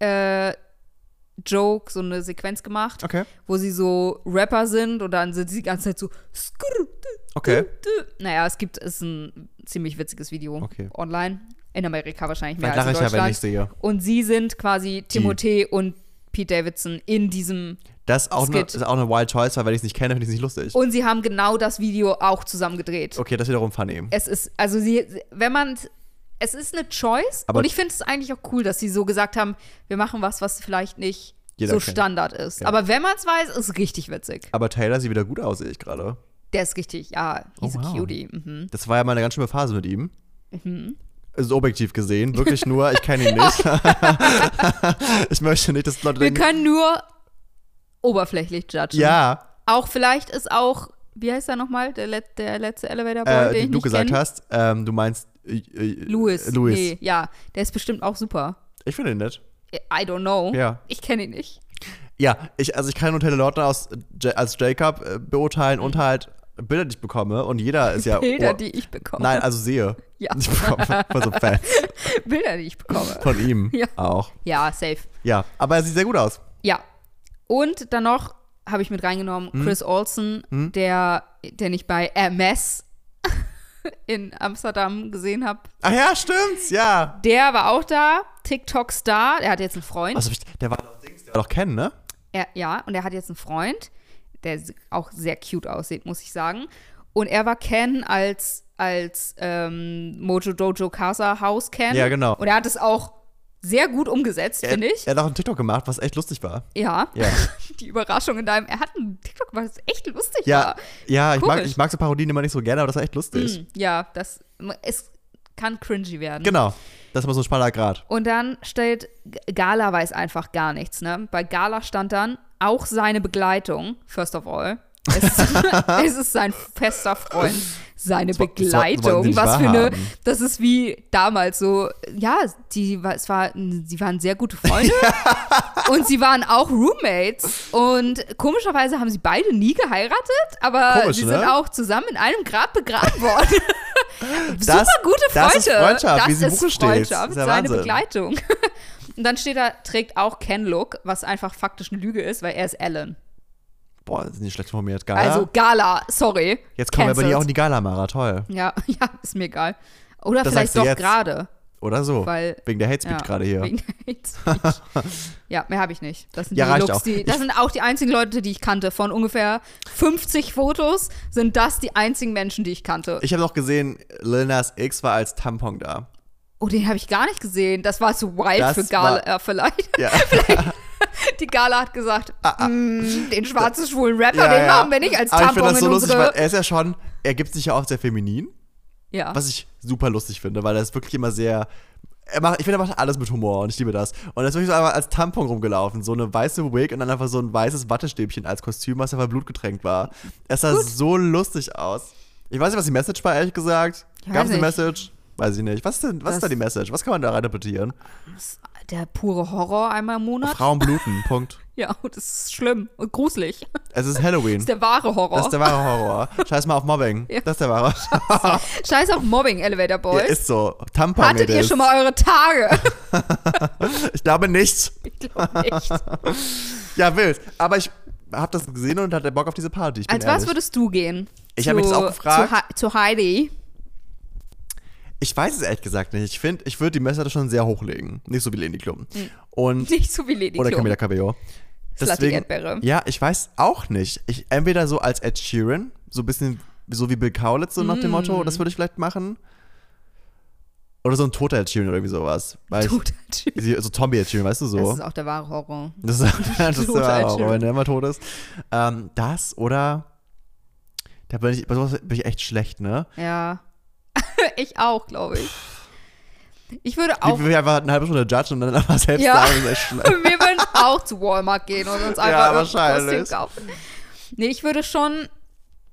SNL-Joke, äh, so eine Sequenz gemacht, okay, wo sie so Rapper sind und dann sind sie die ganze Zeit so. skrrr, dü, okay. dü. Naja, es gibt es ist ein ziemlich witziges Video Okay. online. In Amerika wahrscheinlich mehr Vielleicht als lache in ich ja, Deutschland. wenn ich sehe. Und sie sind quasi Timothée und Pete Davidson in diesem. Das ist auch, eine, geht. ist auch eine Wild Choice, weil wenn ich es nicht kenne, finde ich es nicht lustig. Und sie haben genau das Video auch zusammen gedreht. Okay, das ist wiederum funny. es ist, also sie, wenn man, es ist eine Choice Aber- und ich finde es eigentlich auch cool, dass sie so gesagt haben, wir machen was, was vielleicht nicht Jeder so kennt. Standard ist. Ja. Aber wenn man es weiß, ist es richtig witzig. Aber Taylor sieht wieder gut aus, sehe ich gerade. Der ist richtig, ja, he's Oh, a wow. cutie. Mhm. Das war ja mal eine ganz schöne Phase mit ihm. Also objektiv gesehen, wirklich nur, ich kenne ihn nicht. ich möchte nicht, dass Leute Wir denken, können nur oberflächlich judgen. ja, Auch vielleicht ist auch, wie heißt er nochmal, der, Let der letzte Elevator Boy, äh, den ich du nicht gesagt kenn? hast, ähm, du meinst äh, äh, Louis. äh, Louis. Nee, ja, der ist bestimmt auch super. Ich finde ihn nett. I don't know. Ja. Ich kenne ihn nicht. Ja, ich, also ich kann nur Taylor Lautner aus, J- als Jacob äh, beurteilen und halt Bilder, die ich bekomme. Und jeder ist ja. Bilder, oh, die ich bekomme. Nein, also sehe. Ja. Ich bekomme von so Fans. Bilder, die ich bekomme. Von ihm Ja. auch. Ja, safe. Ja, aber er sieht sehr gut aus. Ja. Und dann noch habe ich mit reingenommen Hm? Chris Olsen, der, den ich bei MS in Amsterdam gesehen habe. Ach ja, stimmt's, ja. Der war auch da, TikTok-Star. Der hat jetzt einen Freund. Also Was hab ich, der war doch Dings, der war doch Ken, ne? Er, ja, und er hat jetzt einen Freund, der s- auch sehr cute aussieht, muss ich sagen. Und er war Ken als, als ähm, Mojo Dojo Casa House Ken. Ja, genau. Und er hat es auch sehr gut umgesetzt, finde ich. Er hat auch einen TikTok gemacht, was echt lustig war. Ja. Ja. Die Überraschung in deinem. Er hat einen TikTok gemacht, das echt lustig Ja, war. ja ich, mag, Ah, Komisch. ich mag so Parodien immer nicht so gerne, aber das war echt lustig. Hm, ja, das. Es kann cringy werden. Genau. Das ist immer so ein spannender Grad. Und dann stellt G- Gala weiß einfach gar nichts, ne? Bei Gala stand dann auch seine Begleitung, first of all. Es, es ist sein fester Freund. Seine wo- das wo- wollten sie Begleitung. nicht Was für eine. wahrhaben. Das ist wie damals so. Ja, die, war- es war, sie waren sehr gute Freunde. und sie waren auch Roommates. Und komischerweise haben sie beide nie geheiratet, aber Komisch, sie ne? sind auch zusammen in einem Grab begraben worden. Das- Super gute Freunde. das ist Freundschaft, das wie sie im ist Buche steht. Freundschaft, Ist ja seine Wahnsinn. Begleitung. Und dann steht da, trägt auch Ken Look, was einfach faktisch eine Lüge ist, weil er ist Alan. Boah, sind die schlecht informiert, Gala. Also Gala, sorry. Jetzt kommen wir bei dir auch in Cancelled. die Gala-Mara, toll. Ja, ja, ist mir egal. Oder Das vielleicht sagst du doch jetzt. gerade. Oder so. Weil- Wegen der Hate Speech Ja, gerade hier. wegen der Hate Speech. ja, mehr habe ich nicht. Das sind Ja, die reicht Looks, auch. die, das sind auch die einzigen Leute, die ich kannte. Von ungefähr 50 Fotos sind das die einzigen Menschen, die ich kannte. Ich habe noch gesehen, Lil Nas X war als Tampon da. oh, den habe ich gar nicht gesehen. Das war zu wild Das für Gala, war- äh, vielleicht. Ja. Genau, Die Gala hat gesagt, "Mm, den schwarzen schwulen Rapper, Ah, Ja, den ja. machen wir nicht als Aber ich Tampon finde das so in lustig, unsere... weil er ist ja schon, er gibt sich ja auch sehr feminin, ja. was ich super lustig finde, weil er ist wirklich immer sehr, er macht, ich finde, er macht alles mit Humor und ich liebe das. Und er ist wirklich so einmal als Tampon rumgelaufen, so eine weiße Wig und dann einfach so ein weißes Wattestäbchen als Kostüm, was einfach blutgetränkt war. Es sah so lustig aus. Ich weiß nicht, was die Message war, ehrlich gesagt. Ich Gab weiß es eine nicht. Message? Weiß ich nicht. Was ist, denn, was ist da Das- die Message? Was kann man da reininterpretieren? Der pure Horror einmal im Monat. Frauen bluten, Punkt. Ja, und das ist schlimm und gruselig. Das Es ist Halloween. ist der wahre Horror. Das ist der wahre Horror. Scheiß mal auf Mobbing. Ja. Das ist der wahre Horror. Scheiß auf Mobbing, Elevator Ja, Boys. ist so. Tampon Hattet it ihr is. schon mal eure Tage? Ich glaube nicht. ich glaube nicht. Ja, wild. Aber ich habe das gesehen und hatte Bock auf diese Party. Ich bin Als was ehrlich. würdest du gehen? Ich hab mich das Zu- auch gefragt. Zu, Hei- zu Heidi. ich weiß es ehrlich gesagt nicht. Ich finde, ich würde die Messer schon sehr hochlegen. Nicht so wie Leni Klum. Und Nicht so wie Hm. Lady oder Klum. Camila Cabello. Slutty Erdbeere. Ja, ich weiß auch nicht. Ich, entweder so als Ed Sheeran, so ein bisschen so wie Bill Kaulitz, so nach dem Hm. Motto, das würde ich vielleicht machen. Oder so ein toter Ed Sheeran oder irgendwie sowas. Weil ich, Total chill. so Zombie-Ed Sheeran, weißt du so. Das ist auch der wahre Horror. Das, das ist Total ja auch, schön. wenn der immer tot ist. Ähm, das oder. Da bin ich, bei sowas bin ich echt schlecht, ne? Ja. ich auch, glaube ich. Ich würde Ich auch will mich einfach eine halbe Stunde judgen und dann einfach selbst Ja. sagen, das ist echt schlecht. Wir würden auch zu Walmart gehen und uns Ja, einfach irgendein wahrscheinlich. Kostüm kaufen. Nee, ich würde schon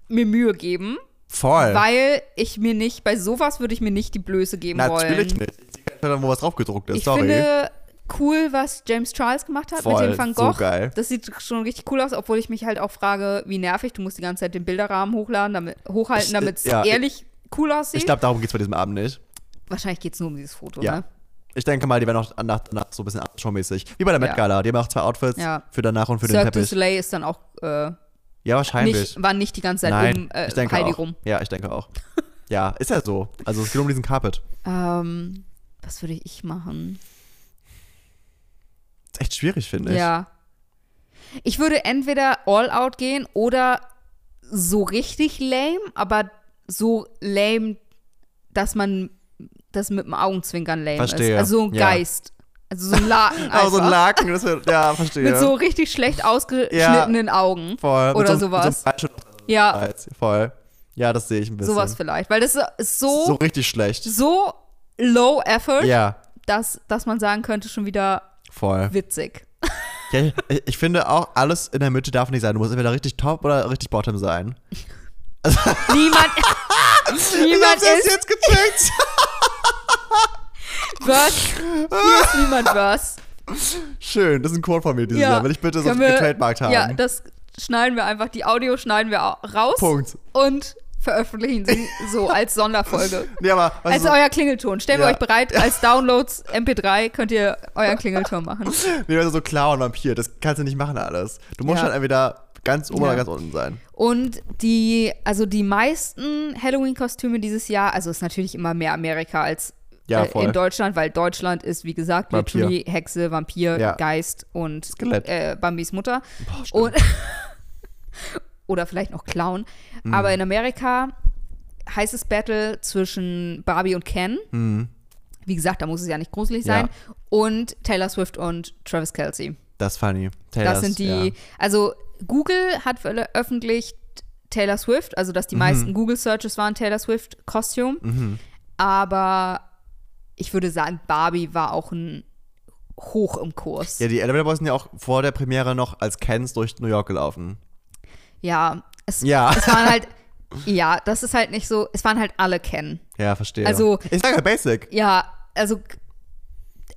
mir Mühe geben, Voll. weil ich mir nicht, bei sowas würde ich mir nicht die Blöße geben Natürlich wollen. nicht. Ich sehe keine Stelle, wo was draufgedruckt ist, Ich sorry. finde cool, was James Charles gemacht hat Voll, mit dem Van so Gogh. geil. Das sieht schon richtig cool aus, obwohl ich mich halt auch frage, wie nervig, du musst die ganze Zeit den Bilderrahmen hochladen, damit, Ich- hochhalten, damit es ja, ich- ehrlich cool aussieht. ich glaube, darum geht's bei diesem Abend nicht. Wahrscheinlich geht es nur um dieses Foto, Ja. ne? Ich denke mal, die werden auch nach, nach so ein bisschen abschaumäßig. Wie bei der Met Ja. Gala. Die haben auch zwei Outfits Ja. für danach und für Cirque den du Teppich. Soleil ist dann auch äh, Ja, wahrscheinlich. nicht, war nicht die ganze Zeit Nein, um äh, ich denke Heidi auch. rum. Ja, ich denke auch. Ja, ist ja so. Also es geht um diesen Carpet. Ähm, was würde ich machen? Ist echt schwierig, finde ich. Ja. Ich würde entweder all out gehen oder so richtig lame, aber so lame, dass man das mit dem Augenzwinkern lame Verstehe, ist. Also so ein ja. Geist. Also so ein Laken einfach. Aber so ein Laken, das wird, ja, verstehe. Mit so richtig schlecht ausgeschnittenen Augen. Voll. Oder mit so, einem- Mit sowas. so einem Ballschild auf der Ja, Seite. Voll. Ja, das sehe ich ein bisschen. sowas vielleicht. Weil das ist so, So so, richtig schlecht. low effort, Ja, dass, dass man sagen könnte, schon wieder voll. witzig. Ja, ich, ich finde auch, alles in der Mitte darf nicht sein. Du musst entweder richtig top oder richtig bottom sein. Niemand, niemand hab's erst ist jetzt gecheckt. was. Hier ist niemand was. Schön, das ist ein Quote von mir dieses Jahr. Will ich bitte so können wir- getrademarkt haben. Ja, das schneiden wir einfach, die Audio schneiden wir au- raus Punkt. und veröffentlichen sie so als Sonderfolge. nee, aber weißt Als du, euer Klingelton. Stellen Also Ja. wir euch bereit, als Downloads MP3 könnt ihr euren Klingelton machen. so, nee, also so klar und Vampir, das kannst du nicht machen alles. Du musst Ja. halt entweder ganz oben Ja. oder ganz unten sein. Und die, also die meisten Halloween-Kostüme dieses Jahr, also ist natürlich immer mehr Amerika als Ja, äh, voll. in Deutschland, weil Deutschland ist, wie gesagt, Vampir. literally Hexe, Vampir, Ja. Geist und Skelett. Äh, Bambis Mutter. Boah, stimmt. Und oder vielleicht noch Clown. Mhm. Aber in Amerika heißes Battle zwischen Barbie und Ken. Wie gesagt, da muss es ja nicht gruselig Mhm. Ja. sein. Und Taylor Swift und Travis Kelsey. das ist funny. Taylor Das sind ist- ja. die. Also Google hat veröffentlicht Taylor Swift, also dass die Mhm. meisten Google Searches waren Taylor Swift Kostüm. Aber ich würde sagen, Barbie war auch ein hoch im Kurs. Ja, die Elevator Boys sind ja auch vor der Premiere noch als Cans durch New York gelaufen. Ja, es, Ja. es waren halt. Ja, das ist halt nicht so. Es waren halt alle Ken. Ja, verstehe. Also- ich sage ja Basic. Ja, also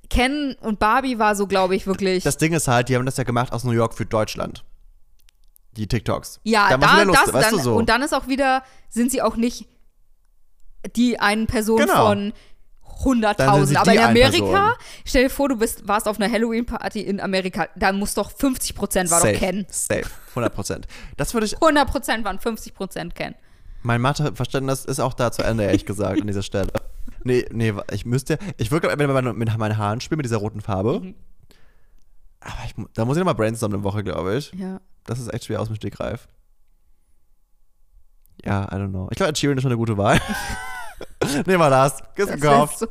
Ken und Barbie war so, glaube ich, wirklich. Das Ding ist halt, die haben das ja gemacht aus New York für Deutschland. Die TikToks. ja, da, da, machen wir Lust, das, weißt dann, du so. und dann ist auch wieder, sind sie auch nicht die einen Person Genau. von Dann sind sie 100.000. Aber die in einen Amerika, Person. stell dir vor, du bist, warst auf einer Halloween-Party in Amerika, da muss doch 50% war Safe. doch Ken. Safe. 100 Prozent. Das würde ich. 100% waren 50% Ken. Mein Matheverständnis ist auch da zu Ende, ehrlich gesagt, an dieser Stelle. Nee, nee, ich müsste. Ich würde glaub, mit meinen- mit meinen Haaren spielen, mit dieser roten Farbe. Mhm. Aber ich, mu- da muss ich nochmal brainstormen eine Woche, glaube ich. Ja. Das ist echt schwer aus dem Stegreif. Ja, I don't know. Ich glaube, Ed Sheeran ist schon eine gute Wahl. Nehmen wir das. Ist Das gekauft.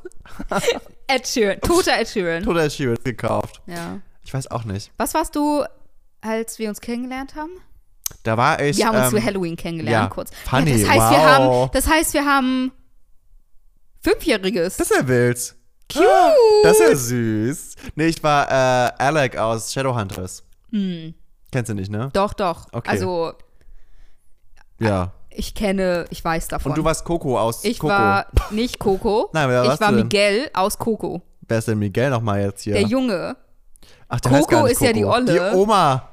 heißt so. Ed Sheeran, toter Ed Sheeran. Total Ed Sheeran ist gekauft. Ja. Ich weiß auch nicht. Was warst du, als wir uns kennengelernt haben? Da war ich. Wir haben uns ähm, zu Halloween kennengelernt, ja. kurz. Funny, ja, das heißt, wir wow. haben, das heißt, wir haben Fünfjähriges. Das ist ja wild. Cute. Das ist ja süß. Nee, ich war äh, Alec aus Shadowhunters. Hm. Kennst du nicht, ne? doch, doch. Okay. Also, Ja. ich kenne, ich weiß davon. Und du warst Coco aus Ah, ich Coco. war nicht Coco. Nein, wer warst ich war du denn? Miguel aus Coco. Wer ist denn Miguel nochmal jetzt hier? Der Junge. Ach, der heißt Coco gar nicht ist Coco. ja die Olle. Die Oma.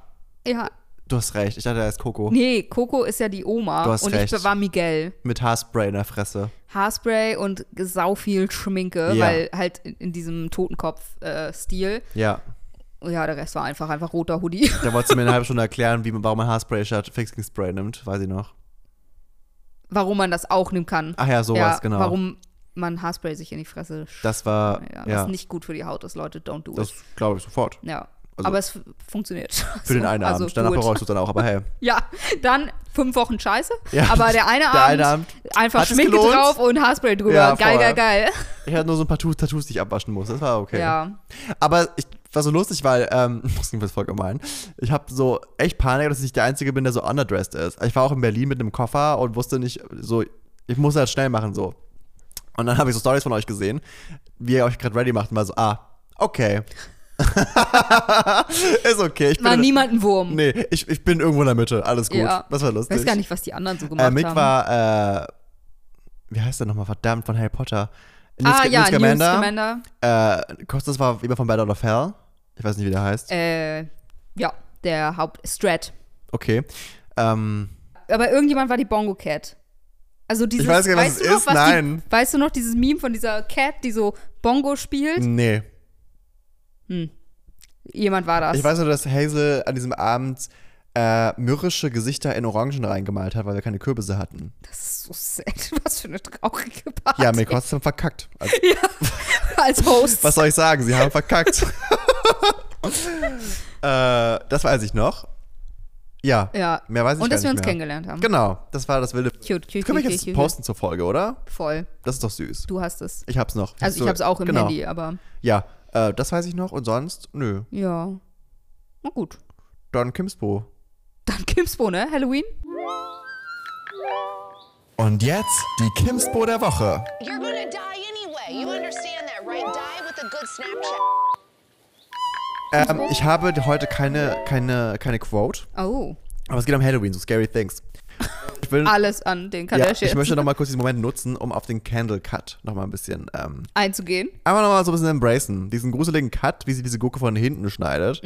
Ja. Du hast recht. Ich dachte, er ist Coco. Nee, Coco ist ja die Oma. Du hast und recht. ich war Miguel. Mit Haarspray in der Fresse. Haarspray und sau viel Schminke, Ja. weil halt in, in diesem Totenkopf-Stil. Ja. ja, der Rest war einfach, einfach roter Hoodie. Da wolltest du mir eine halbe Stunde erklären, wie man, warum man Haarspray statt Fixing Spray nimmt. Weiß ich noch. warum man das auch nehmen kann. Ach ja, sowas, ja, genau. Warum man Haarspray sich in die Fresse sch- Das war. ja, Ja, Was nicht gut für die Haut ist, Leute, don't do das it. glaube ich sofort. Ja. also- aber es f- funktioniert. Also Für den einen Abend. Danach bereust du es dann auch, aber hey. Ja, dann fünf Wochen Scheiße. Ja, aber der eine der Abend, eine Abend. einfach Hat es Schminke gelohnt? drauf und Haarspray drüber. Ja, geil, voll. geil, geil. Ich hatte nur so ein paar Tu- Tattoos, die ich abwaschen muss. Das war okay. Ja. Aber ich war so lustig, weil, ähm, das klingt jetzt voll gemein. Ich habe so echt Panik, dass ich der Einzige bin, der so underdressed ist. Ich war auch in Berlin mit einem Koffer und wusste nicht, so, ich muss das schnell machen, so. Und dann habe ich so Stories von euch gesehen, wie ihr euch gerade ready macht und war so, ah, okay. ist okay. Ich bin War in- niemand ein Wurm. Nee, ich, ich bin irgendwo in der Mitte. Alles gut. Ja. Das war Ich lustig. weiß gar nicht, was die anderen so gemacht äh, Mick haben. war, äh, wie heißt der nochmal? Verdammt, von Harry Potter. ah Newt- ja, Newt News Scamander. Commander. Äh, Kostas war immer von Battle of Hell. Ich weiß nicht, wie der heißt. Äh, ja, der Haupt-Strat. Okay. Ähm, Aber irgendjemand war die Bongo Cat. Also dieses, Ich weiß gar nicht, was weißt es du noch, ist, was nein. Die, weißt du noch dieses Meme von dieser Cat, die so Bongo spielt? nee. Jemand war das. Ich weiß nur, dass Hazel an diesem Abend äh, mürrische Gesichter in Orangen reingemalt hat, weil wir keine Kürbisse hatten. das ist so sad. Was für eine traurige Party. Ja, mir Kostas haben verkackt. Also, Als Host. was soll ich sagen? Sie haben verkackt. äh, das weiß ich noch. Ja. Ja. Mehr weiß ich Und gar dass wir nicht uns mehr. kennengelernt haben. Genau, das war das wilde. Cute, cute, das können wir cute, jetzt cute, cute. posten zur Folge, oder? Voll. Das ist doch süß. Du hast es. Ich hab's noch. Also ich hab's auch im genau. Handy, aber Ja, äh, das weiß ich noch und sonst, nö. ja. Na gut. Don Kimsbo. Dann Kimsbo, ne? Halloween? Und jetzt die Kimsbo der Woche. You're gonna die anyway. You understand that, right? Die with a good Snapchat. Ähm, ich habe heute keine, keine, keine Quote, Oh. aber es geht um Halloween, so scary things. Ich will, Alles an den ja, Kardashians ich möchte nochmal kurz diesen Moment nutzen, um auf den Candle Cut nochmal ein bisschen, ähm, einzugehen. einfach nochmal so ein bisschen embracen. Diesen gruseligen Cut, wie sie diese Gurke von hinten schneidet.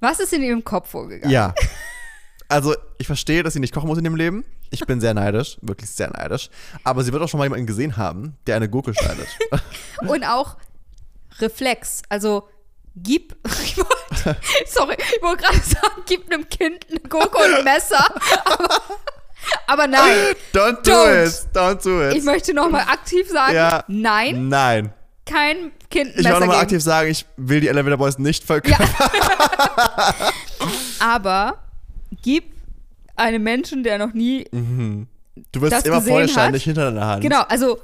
Was ist in ihrem Kopf vorgegangen? Ja. Also, ich verstehe, dass sie nicht kochen muss in dem Leben. Ich bin sehr neidisch, wirklich sehr neidisch. Aber sie wird auch schon mal jemanden gesehen haben, der eine Gurke schneidet. Und auch Reflex. Also gib. Ich wollte, sorry, ich wollte gerade sagen, gib einem Kind eine Gurke und ein Messer. Aber Aber nein, Don't do Don't. it. Don't do it. ich möchte nochmal aktiv sagen, Ja. nein, Nein. kein Kind Ich will auch Messer nochmal geben. aktiv sagen, ich will die Elevator Boys nicht verkaufen. Aber gib einem Menschen, der noch nie Mhm. Du wirst das immer gesehen vorne stehen, hat. nicht hinter deiner Hand. Genau, also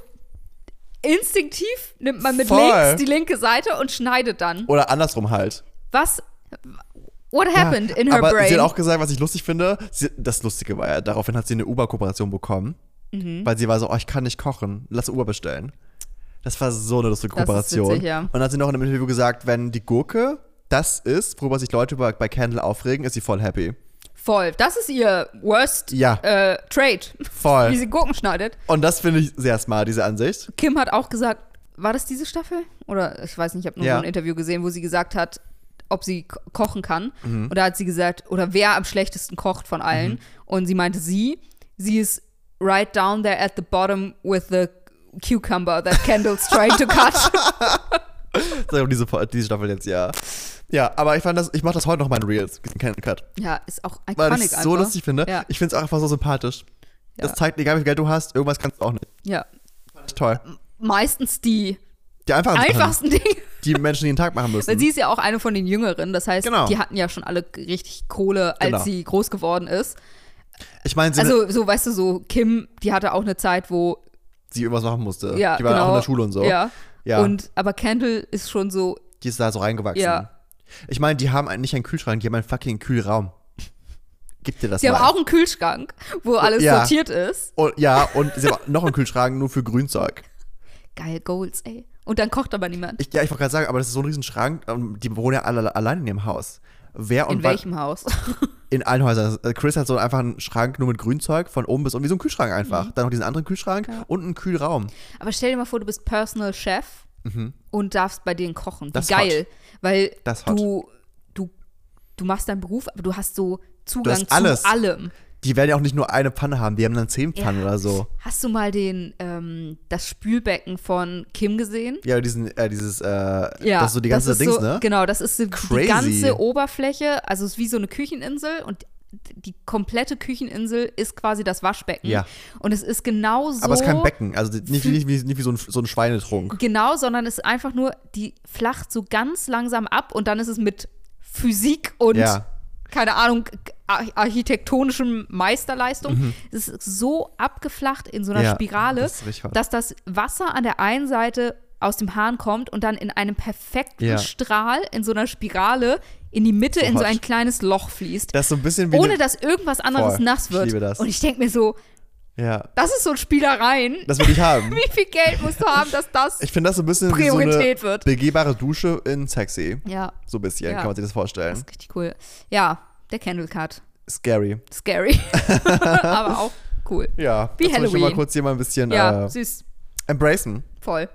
instinktiv nimmt man mit Voll. links die linke Seite und schneidet dann. Oder andersrum halt. Was? What happened in her Aber brain? sie hat auch gesagt, was ich lustig finde. Sie, das Lustige war ja, daraufhin hat sie eine Uber-Kooperation bekommen. Mhm. Weil sie war so, oh, ich kann nicht kochen, lass Uber bestellen. Das war so eine lustige Das ist Kooperation. witzig, ja. Und dann hat sie noch in einem Interview gesagt, wenn die Gurke das ist, worüber sich Leute bei, bei Candle aufregen, ist sie voll happy. Voll. Das ist ihr worst Ja. äh, Trade. Voll. Wie sie Gurken schneidet. Und das finde ich sehr smart, diese Ansicht. Kim hat auch gesagt, war das diese Staffel? Oder ich weiß nicht, ich habe nur Ja. so ein Interview gesehen, wo sie gesagt hat, ob sie ko- kochen kann. Mhm. Und da hat sie gesagt, oder wer am schlechtesten kocht von allen. Und sie meinte sie, sie ist right down there at the bottom with the cucumber that Kendall's trying to cut. So, diese, diese Staffel jetzt, ja. Ja, aber ich fand das, ich mache das heute noch mal in Reels, diesen Candle Cut. ja, ist auch iconic Weil ich es so einfach. lustig finde. Ja, Ich finde es auch einfach so sympathisch. Das Ja. zeigt, egal wie viel Geld du hast, irgendwas kannst du auch nicht. ja. Fand ich toll. meistens die Die einfachen Sachen, einfachsten Dinge. die Menschen jeden Tag machen müssen. Weil sie ist ja auch eine von den Jüngeren. Das heißt, Genau. die hatten ja schon alle richtig Kohle, als Genau. sie groß geworden ist. ich meine, so eine- Also, so, weißt du, so Kim, die hatte auch eine Zeit, wo. sie irgendwas machen musste. Ja, die war genau, auch in der Schule und so. Ja. Ja. Und, aber Kendall ist schon so. Die ist da so reingewachsen. Ja. Ich meine, die haben einen, nicht einen Kühlschrank, die haben einen fucking Kühlraum. Gib dir das Sie mal. haben auch einen Kühlschrank, wo alles Ja. sortiert ist. und, ja, und sie haben noch einen Kühlschrank nur für Grünzeug. Geil, Goals, ey. Und dann kocht aber niemand. Ich, ja, ich wollte gerade sagen, aber das ist so ein Riesenschrank. ähm, Die wohnen ja alle allein in ihrem Haus. Wer und In wann- welchem Haus? In allen Häusern. Äh, Chris hat so einfach einen Schrank nur mit Grünzeug von oben bis unten, wie so ein Kühlschrank einfach. Mhm. Dann noch diesen anderen Kühlschrank und einen Kühlraum. aber stell dir mal vor, du bist Personal Chef und darfst bei denen kochen. Wie Mhm. Das ist geil. Weil Das ist hot. du, du, du machst deinen Beruf, aber du hast so Zugang hast alles. zu allem. Die werden ja auch nicht nur eine Pfanne haben, die haben dann zehn Pfannen Ja. oder so. Hast du mal den, ähm, das Spülbecken von Kim gesehen? Ja, diesen, äh, dieses, äh, das ist so die ganze ist Dings, so, ne? Genau, das ist die, die Crazy. ganze Oberfläche, also es ist wie so eine Kücheninsel und die komplette Kücheninsel ist quasi das Waschbecken. Ja. Und es ist genau so. Aber es ist kein Becken, also nicht, nicht, wie, nicht wie so ein, so ein Schweinetrunk. Genau, sondern es ist einfach nur, die flacht so ganz langsam ab und dann ist es mit Physik und Ja. keine Ahnung, ar- architektonischem Meisterleistung. Es ist so abgeflacht in so einer Mhm. Ja, Spirale, das ist richtig hot. dass das Wasser an der einen Seite aus dem Hahn kommt und dann in einem perfekten Ja. Strahl in so einer Spirale in die Mitte So in so hot. ein kleines Loch fließt. Das ist so ein bisschen wie ohne eine- dass irgendwas anderes Voll. nass Ich wird. liebe das. Und ich denke mir so, Ja, das ist so ein Spielereien. das will ich haben. Wie viel Geld musst du haben, dass das Ich finde das so ein bisschen wie Priorität so eine wird. begehbare Dusche in sexy. Ja, So ein bisschen, Ja. kann man sich das das vorstellen. ist richtig cool. Ja, der Candle Cut. Scary. Scary. Aber auch cool. Ja, Wie das will ich schon mal Halloween. kurz hier mal ein bisschen Ja, äh, süß. embracen. Voll.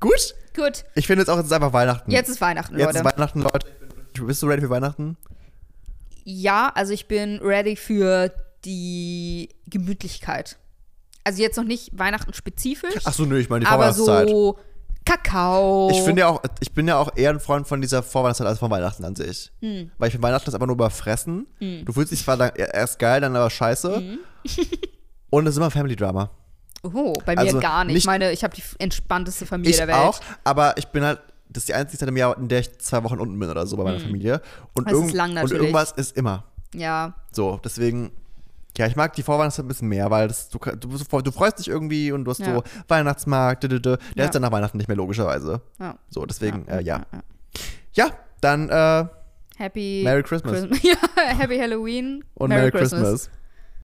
Gut. Gut. Ich finde jetzt auch, jetzt ist einfach Weihnachten. Jetzt ist Weihnachten, Mhm. Jetzt Leute. ist Weihnachten, Leute. Ich bin richtig- Bist du ready für Weihnachten? ja, also ich bin ready für die Gemütlichkeit. Also jetzt noch nicht Weihnachten spezifisch, Ach so, nö, ich meine die aber Vorweihnachtszeit. so Kakao. Ich finde ja auch, ich bin ja auch eher ein Freund von dieser Vorweihnachtszeit als von Weihnachten an sich. Hm. Weil ich finde, Weihnachten ist einfach nur überfressen. Du fühlst dich zwar dann erst geil, dann aber scheiße. Hm. Und es ist immer Family Drama. Oh, bei mir Also gar nicht. nicht- Ich meine, ich habe die f- entspannteste Familie Ich der Welt. auch, aber ich bin halt, das ist die einzige Zeit im Jahr, in der ich zwei Wochen unten bin oder so bei meiner Familie. Und, Das ist irgend- Hm. lang und natürlich. irgendwas ist immer. Ja, So, deswegen, ja, ich mag die Vorweihnachtszeit ein bisschen mehr, weil das, du, kann- du, bist so- du freust dich irgendwie und du hast Ja. so Weihnachtsmarkt, dü, dü, dü. der Ja. ist dann nach Weihnachten nicht mehr, logischerweise. ja. So, deswegen, ja. Äh, ja. ja, dann äh, Happy Merry Christmas. Christ- ja, Happy Halloween und Merry Christmas.